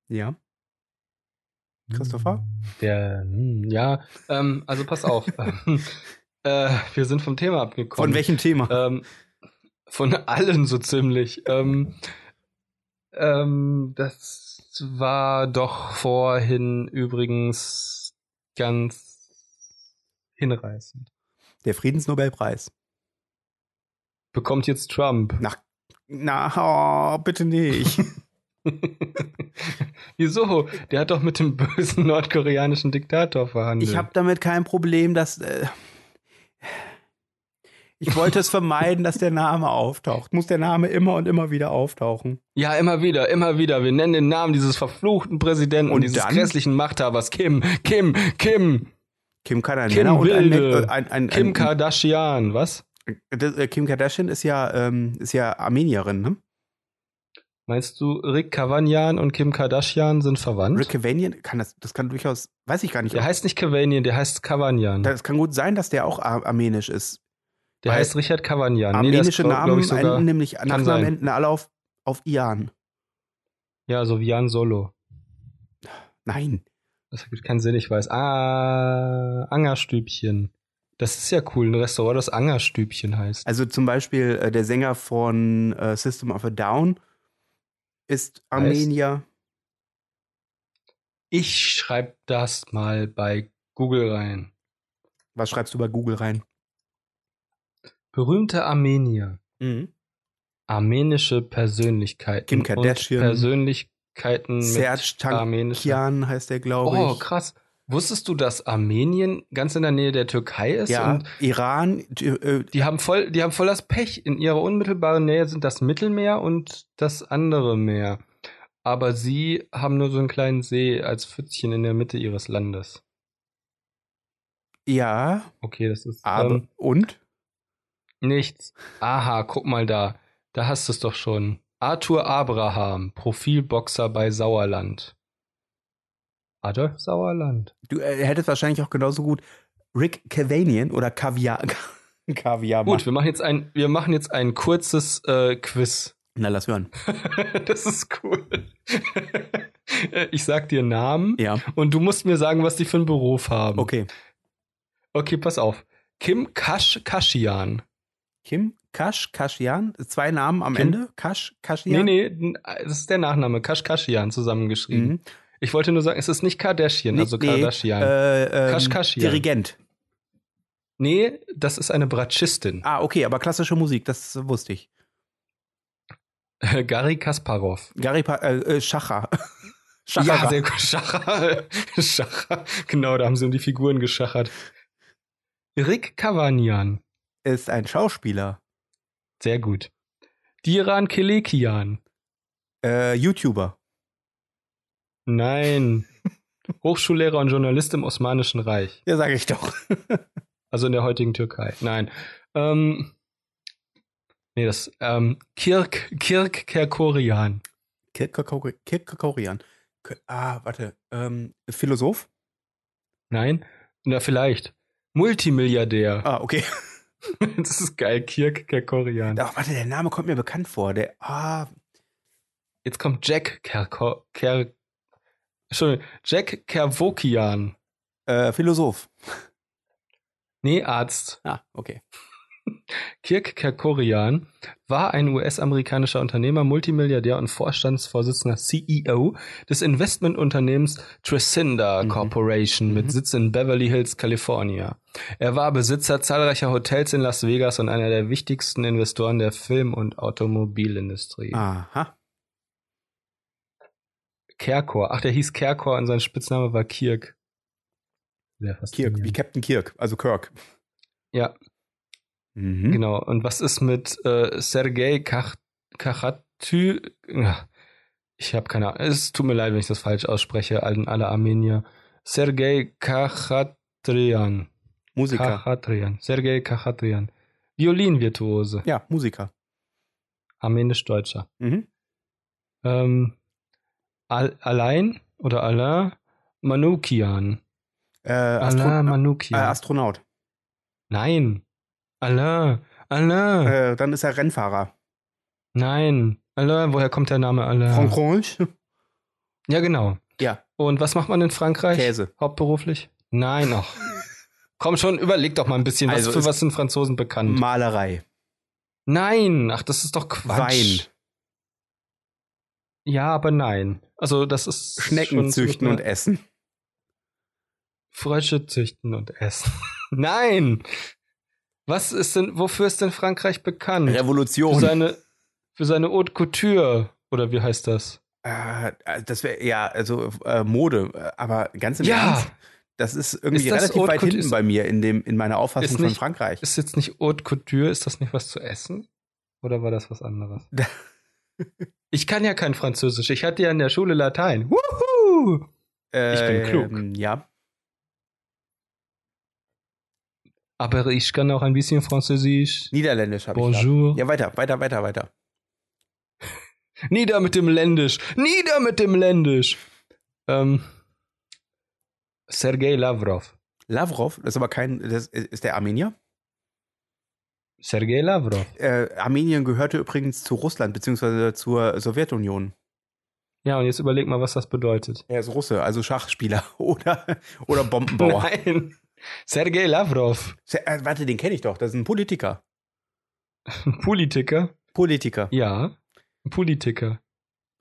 S2: Ja.
S1: Hm,
S2: Christopher?
S1: Der, hm, ja, ähm, also pass auf. äh, wir sind vom Thema abgekommen.
S2: Von welchem Thema?
S1: Ähm, von allen so ziemlich. Ähm, ähm, das war doch vorhin übrigens ganz hinreißend.
S2: Der Friedensnobelpreis.
S1: Bekommt jetzt Trump.
S2: Na, oh, bitte nicht.
S1: Wieso? Der hat doch mit dem bösen nordkoreanischen Diktator verhandelt.
S2: Ich habe damit kein Problem, dass. Äh, ich wollte es vermeiden, dass der Name auftaucht. Muss der Name immer und immer wieder auftauchen.
S1: ja, immer wieder, immer wieder. Wir nennen den Namen dieses verfluchten Präsidenten und
S2: Und
S1: dieses
S2: dann?
S1: grässlichen Machthabers Kim, Kim, Kim,
S2: Kim
S1: Kim
S2: Kardashian und ein,
S1: Wilde.
S2: äh, ein, ein,
S1: Kim
S2: ein,
S1: Kardashian, was?
S2: Das, äh, Kim Kardashian ist ja, ähm, ist ja Armenierin, ne?
S1: Meinst du, Rick Kavanian und Kim Kardashian sind verwandt?
S2: Rick Cavanian, kann das, das kann durchaus, weiß ich gar nicht.
S1: der heißt nicht Kavanian, der heißt Kavanian.
S2: das kann gut sein, dass der auch ar armenisch ist.
S1: der
S2: weil
S1: heißt Richard Kavanian. Nee, das
S2: Armenische
S1: glaub- glaub
S2: Namen
S1: ich sogar.
S2: enden nämlich Nachnamen
S1: sein.
S2: enden alle auf, auf Ian.
S1: Ja, so wie Jan Solo.
S2: Nein.
S1: Das ergibt keinen Sinn, ich weiß. Ah, Angerstübchen. Das ist ja cool, ein Restaurant, das Angerstübchen heißt.
S2: Also zum Beispiel äh, der Sänger von äh, System of a Down ist Armenier.
S1: Ich schreibe das mal bei Google rein.
S2: Was schreibst du bei Google rein?
S1: Berühmte Armenier. Armenische Persönlichkeiten.
S2: Kim Kardashian.
S1: Und Persönlichkeiten
S2: Serge
S1: mit armenischen
S2: Tankian heißt der, glaube
S1: Oh,
S2: ich.
S1: krass. Wusstest du, dass Armenien ganz in der Nähe der Türkei ist?
S2: Ja,
S1: Und
S2: Iran, t- äh,
S1: die haben voll, die haben voll das Pech. In ihrer unmittelbaren Nähe sind das Mittelmeer und das andere Meer. Aber sie haben nur so einen kleinen See als Pfützchen in der Mitte ihres Landes. Ähm,
S2: ja,
S1: Okay, das ist
S2: aber
S1: ähm,
S2: und?
S1: nichts. Aha, guck mal da. Da hast du es doch schon. Arthur Abraham, Profilboxer bei Sauerland. Adolf Sauerland.
S2: Du äh, hättest wahrscheinlich auch genauso gut Rick Cavanian oder Kaviar. Kaviar
S1: Gut,
S2: machen.
S1: wir machen jetzt ein, wir machen jetzt ein kurzes äh, Quiz.
S2: Na, lass hören.
S1: Das ist cool. Ich sag dir Namen
S2: Ja,
S1: und du musst mir sagen, was die für einen Beruf haben.
S2: okay.
S1: Okay, pass auf. Kim Kash Kashian.
S2: Kim Kash Kashian, zwei Namen am
S1: Kim-
S2: Ende. Kash
S1: Nee,
S2: Kashian.
S1: nee, n- das ist der Nachname. Kash Kashian zusammengeschrieben.
S2: Mhm.
S1: Ich wollte nur sagen, es ist nicht Kardashian,
S2: Nee,
S1: also
S2: nee,
S1: Kardashian.
S2: Äh, ähm,
S1: Kash Kashian.
S2: Dirigent.
S1: nee, das ist eine Bratschistin.
S2: Ah, okay, aber klassische Musik, das wusste ich.
S1: Gary Kasparov.
S2: Gary pa äh, äh, Schacher.
S1: Ja,
S2: Schacherer.
S1: sehr gut. Schacher. Schacher. Genau, da haben sie um die Figuren geschachert. Rick Kavanian.
S2: ist ein Schauspieler.
S1: Sehr gut. Diran Kelekian.
S2: Äh, YouTuber.
S1: Nein. Hochschullehrer und Journalist im Osmanischen Reich.
S2: Ja, sage ich doch.
S1: Also in der heutigen Türkei. Nein. Ähm, nee, das. Ähm, Kirk, Kirk Kerkorian.
S2: Kirkakori- Kirkakorian. K- Ah, warte. Ähm, Philosoph?
S1: Nein? Na, vielleicht. Multimilliardär.
S2: Ah, okay.
S1: Das ist geil. Kirk Kerkorian.
S2: Ach, warte, der Name kommt mir bekannt vor. Der, ah,
S1: Jetzt kommt Jack Kerko, Ker, Entschuldigung, Jack Kervokian.
S2: äh, Philosoph.
S1: Nee, Arzt.
S2: Ah, okay.
S1: Kirk Kerkorian war ein US-amerikanischer Unternehmer, Multimilliardär und Vorstandsvorsitzender CEO des Investmentunternehmens Trescinda
S2: Mhm.
S1: Corporation
S2: Mhm.
S1: mit Sitz in Beverly Hills, California. Er war Besitzer zahlreicher Hotels in Las Vegas und einer der wichtigsten Investoren der Film- und Automobilindustrie.
S2: Ah. Aha.
S1: Kerkor. Ach, der hieß Kerkor und sein Spitzname war Kirk. Sehr
S2: Kirk, wie
S1: faszinierend.
S2: Captain Kirk, also Kirk.
S1: Ja,
S2: Mhm.
S1: Genau. Und was ist mit äh, Sergei Kach Kachatü? Ja, Ich habe keine Ahnung. Es tut mir leid, wenn ich das falsch ausspreche, allen alle Armenier. Sergei Kachatrian.
S2: Musiker.
S1: Kachatrian. Sergei Kachatrian. Violinvirtuose.
S2: Ja, Musiker.
S1: Armenisch-Deutscher.
S2: Mhm.
S1: Ähm, Al Alain oder Alain Manukian.
S2: Äh,
S1: Alain
S2: Astro äh,
S1: Manukian.
S2: Astronaut.
S1: Nein. Alain. Alain.
S2: Äh, dann ist er Rennfahrer.
S1: Nein. Alain. Woher kommt der Name Alain?
S2: Frankreich?
S1: Ja, genau.
S2: Ja,
S1: Und was macht man in Frankreich?
S2: Käse.
S1: Hauptberuflich? Nein, noch. Komm schon, überleg doch mal ein bisschen, was,
S2: Also
S1: für
S2: es-
S1: was sind Franzosen bekannt?
S2: Malerei.
S1: nein, ach, das ist doch Quatsch.
S2: Wein.
S1: Ja, aber nein. Also, das ist.
S2: Schnecken
S1: schon so
S2: züchten
S1: mit
S2: und e-
S1: einer-
S2: essen.
S1: Frösche züchten und essen. nein! Was ist denn, wofür ist denn Frankreich bekannt? Für
S2: Revolution.
S1: seine, für seine Haute Couture. Oder wie heißt das?
S2: Äh, das wäre ja, also äh, Mode, äh, aber ganz im
S1: Ja.
S2: Ernst, das ist irgendwie
S1: Ist das
S2: relativ
S1: Haute
S2: weit
S1: Couture?
S2: hinten
S1: Ist-
S2: bei mir in dem in meiner Auffassung
S1: Ist
S2: von
S1: nicht-
S2: Frankreich.
S1: Ist jetzt nicht Haute Couture, ist das nicht was zu essen? Oder war das was anderes? ich kann ja kein Französisch. Ich hatte ja in der Schule Latein. Wuhu! ich bin klug.
S2: Ähm, ja,
S1: Aber ich kann auch ein bisschen Französisch.
S2: Niederländisch habe ich.
S1: Bonjour.
S2: da. Ja, weiter, weiter, weiter, weiter.
S1: Nieder mit dem Ländisch. Nieder mit dem Ländisch. Ähm, Sergei Lavrov.
S2: Lavrov, das ist aber kein, das ist ist der Armenier.
S1: Sergei Lavrov.
S2: Äh, Armenien gehörte übrigens zu Russland beziehungsweise zur Sowjetunion.
S1: Ja, und jetzt überleg mal, was das bedeutet.
S2: Er ist Russe, also Schachspieler oder oder Bombenbauer.
S1: Nein. Sergei Lavrov.
S2: Se- äh, warte, den kenne ich doch. Das ist ein Politiker.
S1: Politiker.
S2: Politiker.
S1: Ja. Politiker.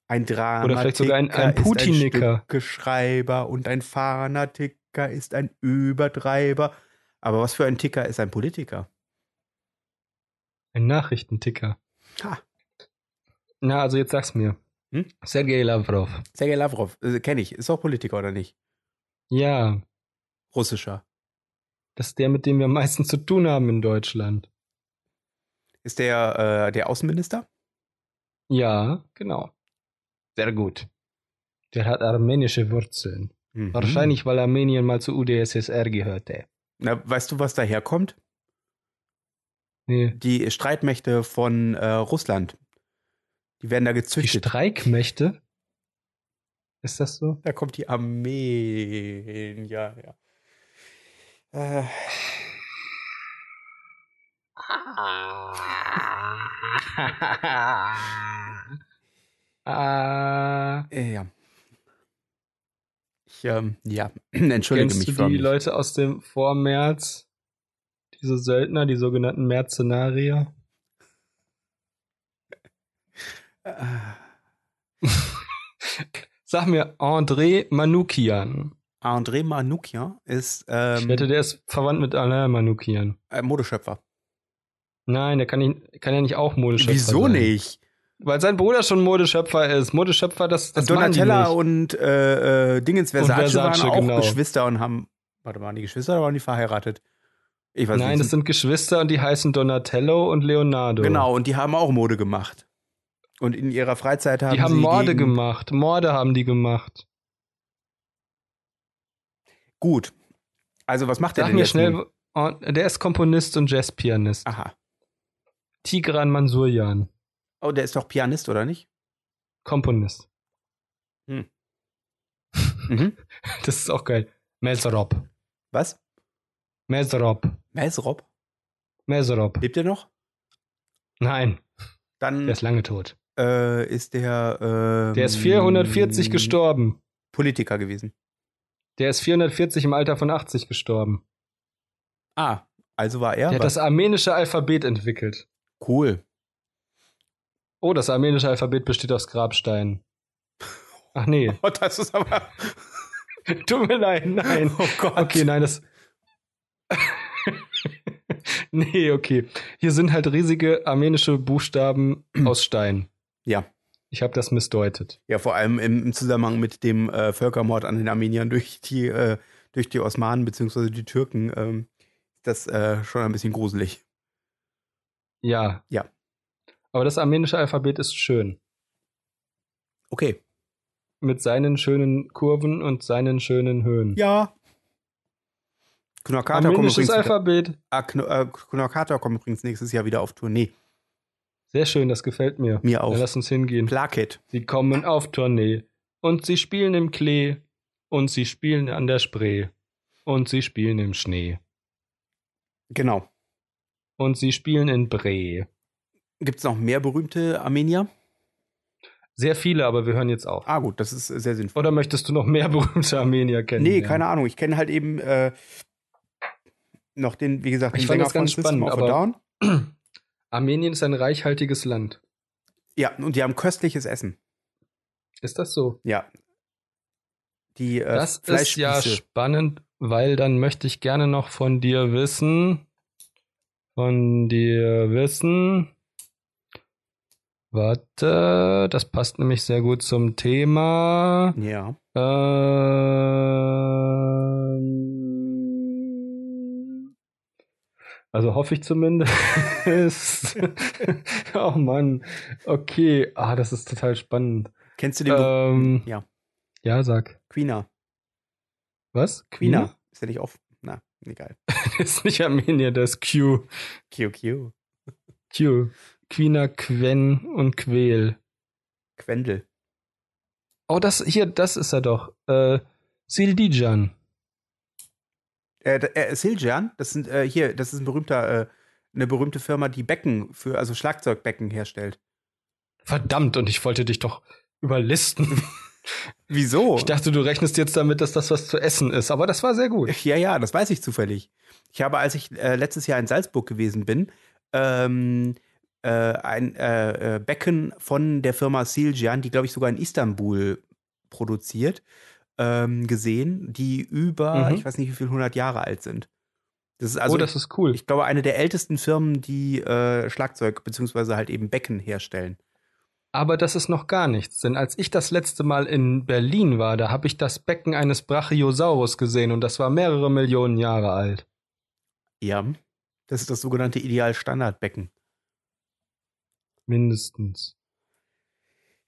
S2: Ein Dramatiker
S1: Oder vielleicht sogar ein- ein
S2: ist ein
S1: Putiniker.
S2: Stückeschreiber und ein Fanatiker ist ein Übertreiber. Aber was für ein Ticker ist ein Politiker?
S1: Ein Nachrichtenticker.
S2: Ha.
S1: Na, also jetzt sag's mir.
S2: Hm?
S1: Sergei Lavrov.
S2: Sergei Lavrov, äh, kenne ich. Ist auch Politiker oder nicht?
S1: Ja,
S2: Russischer.
S1: das ist der, mit dem wir am meisten zu tun haben in Deutschland.
S2: Ist der äh, der Außenminister?
S1: Ja, genau. Sehr gut. Der hat armenische Wurzeln.
S2: Mhm.
S1: Wahrscheinlich, weil Armenien mal zu UdSSR gehörte.
S2: Na, weißt du, was daherkommt?
S1: Nee.
S2: Die Streitmächte von äh, Russland. Die werden da
S1: Die
S2: gezüchtet.
S1: Streikmächte? Ist das so?
S2: da kommt die Armee. Ja, ja. Äh,
S1: Ah.
S2: Äh, Ja. Ich, ähm, ja, entschuldige
S1: Kennst
S2: mich
S1: du
S2: für
S1: die
S2: mich.
S1: Leute aus dem Vormärz? Die diese Söldner, die sogenannten Mercenarier?
S2: Äh,
S1: Sag mir André Manukian.
S2: André Manukian ist
S1: Ich
S2: ähm,
S1: wette, der ist verwandt mit Alain Manukian.
S2: äh, Modeschöpfer.
S1: Nein, der kann, nicht, kann ja nicht auch Modeschöpfer
S2: Wieso
S1: sein.
S2: nicht?
S1: Weil sein Bruder schon Modeschöpfer ist. Modeschöpfer, das, das machen die
S2: Donatella
S1: nicht.
S2: und äh, äh, Dingens Versace,
S1: Versace,
S2: waren auch
S1: genau.
S2: Geschwister und haben. Warte, waren die Geschwister oder waren die verheiratet? Ich weiß
S1: Nein,
S2: nicht.
S1: das sind Geschwister und die heißen Donatello und Leonardo.
S2: Genau, und die haben auch Mode gemacht. Und in ihrer Freizeit haben
S1: Die haben
S2: sie
S1: Morde
S2: gegen,
S1: gemacht. Morde haben die gemacht.
S2: Gut. Also, was macht der
S1: Sag
S2: denn
S1: mir
S2: jetzt
S1: schnell,
S2: nun?
S1: oh, der ist Komponist und Jazzpianist.
S2: Aha.
S1: Tigran Mansurjan,
S2: Oh, der ist doch Pianist, oder nicht?
S1: Komponist.
S2: Hm. Mhm.
S1: Das ist auch geil. Mesrop.
S2: Was?
S1: Mesrop.
S2: Mesrop?
S1: Mesrop.
S2: Lebt er noch?
S1: Nein,
S2: Dann
S1: der ist lange tot.
S2: äh, ist der. ähm,
S1: Der ist 440 gestorben.
S2: Politiker gewesen.
S1: Der ist 440 im Alter von 80 gestorben.
S2: Ah, also war er.
S1: Der hat
S2: was?
S1: das armenische Alphabet entwickelt.
S2: cool.
S1: Oh, das armenische Alphabet besteht aus Grabsteinen. Ach nee,
S2: Oh, das ist aber.
S1: tut mir leid, nein.
S2: Oh Gott.
S1: Okay, nein, das. nee, okay. Hier sind halt riesige armenische Buchstaben aus Stein.
S2: Ja.
S1: Ich habe das missdeutet.
S2: Ja, vor allem im, im Zusammenhang mit dem äh, Völkermord an den Armeniern durch die, äh, durch die Osmanen bzw. die Türken. Ähm, das äh, schon ein bisschen gruselig.
S1: Ja.
S2: Ja.
S1: Aber das armenische Alphabet ist schön.
S2: Okay.
S1: Mit seinen schönen Kurven und seinen schönen Höhen.
S2: Ja. Knorkater kommt,
S1: Armenisches
S2: übrigens wieder-
S1: Alphabet.
S2: Ah, Kno- äh, Knorkater kommt übrigens nächstes Jahr wieder auf Tournee.
S1: Sehr schön, das gefällt mir.
S2: Mir auch.
S1: Dann lass uns hingehen.
S2: Plaket.
S1: Sie kommen auf Tournee und sie spielen im Klee und sie spielen an der Spree und sie spielen im Schnee
S2: Genau.
S1: und sie spielen in Bree.
S2: Gibt es noch mehr berühmte Armenier?
S1: Sehr viele, aber wir hören jetzt auf.
S2: Ah, gut, das ist äh, sehr sinnvoll.
S1: Oder möchtest du noch mehr berühmte Armenier kennen?
S2: Nee, keine Ahnung. Ich kenne halt eben äh, noch den, wie gesagt,
S1: Ich
S2: den
S1: fand
S2: Sänger
S1: das ganz
S2: System
S1: spannend,
S2: of a
S1: aber-
S2: Down.
S1: Ahnung. Armenien ist ein reichhaltiges Land.
S2: Ja, und die haben köstliches Essen.
S1: Ist das so?
S2: Ja. Die äh,
S1: das ist ja
S2: Fleischspieße.
S1: spannend, weil dann möchte ich gerne noch von dir wissen, von dir wissen. Warte, das passt nämlich sehr gut zum Thema.
S2: Ja.
S1: Ähm, also hoffe ich zumindest. oh Mann. Okay. Ah, das ist total spannend.
S2: Kennst du den Be-
S1: Ähm,
S2: Ja.
S1: Ja, sag.
S2: Quina?
S1: Was?
S2: Quina? Ist der nicht auf? Na, egal.
S1: Das ist nicht Armenier, das ist Q.
S2: Kiu, kiu.
S1: Q. Quina, Quen und Quel.
S2: Quendel.
S1: Oh, das hier, das ist er doch. Äh, Sildijan.
S2: Äh, da- äh, Siljan, das sind äh, hier, das ist ein berühmter, äh, eine berühmte Firma, die Becken für, also Schlagzeugbecken herstellt.
S1: Verdammt, und ich wollte dich doch überlisten.
S2: Wieso?
S1: Ich dachte, du rechnest jetzt damit, dass das was zu essen ist, aber das war sehr gut.
S2: Ja, ja, das weiß ich zufällig. Ich habe, als ich äh, letztes Jahr in Salzburg gewesen bin, ähm, äh, ein äh, äh, Becken von der Firma Siljan, die glaube ich sogar in Istanbul produziert, ähm, gesehen, die über,
S1: Mhm.
S2: ich weiß nicht, wie viel, 100 Jahre alt sind. Das ist also,
S1: oh, das ist cool.
S2: ich glaube, eine der ältesten Firmen, die äh, Schlagzeug beziehungsweise halt eben Becken herstellen.
S1: aber das ist noch gar nichts, denn als ich das letzte Mal in Berlin war, da habe ich das Becken eines Brachiosaurus gesehen und das war mehrere Millionen Jahre alt.
S2: Ja. Das ist das sogenannte Idealstandardbecken.
S1: Mindestens.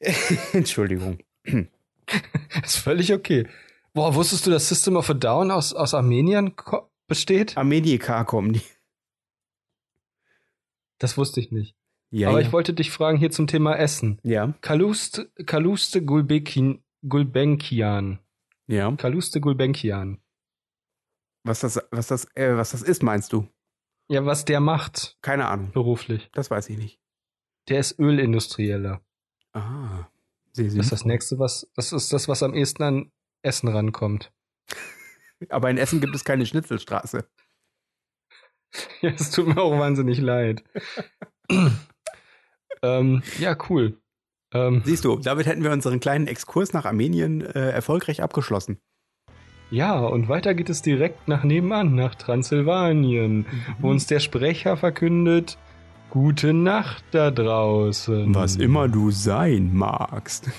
S2: Entschuldigung.
S1: Ist völlig okay. Boah, wusstest du, dass System of a Down aus, aus Armenien ko- besteht?
S2: Armenika kommen die.
S1: Das wusste ich nicht.
S2: Ja,
S1: aber
S2: ja.
S1: ich wollte dich fragen hier zum Thema Essen.
S2: ja.
S1: Kaluste, Kaluste Gulbekin, Gulbenkian.
S2: Ja.
S1: Kaluste Gulbenkian.
S2: Was das, was das, äh, was das ist, meinst du?
S1: Ja, was der macht
S2: Keine Ahnung.
S1: beruflich.
S2: Das weiß ich nicht.
S1: Der ist Ölindustrieller.
S2: Ah. Sehr
S1: Das ist
S2: süß.
S1: das nächste, was, das ist das, was am ehesten an Essen rankommt.
S2: Aber in Essen gibt es keine Schnitzelstraße.
S1: Ja, es tut mir auch wahnsinnig leid. ähm, ja, cool. Ähm,
S2: Siehst du, damit hätten wir unseren kleinen Exkurs nach Armenien äh, erfolgreich abgeschlossen.
S1: ja, und weiter geht es direkt nach nebenan, nach Transsilvanien, wo uns der Sprecher verkündet, gute Nacht da draußen.
S2: Was immer du sein magst.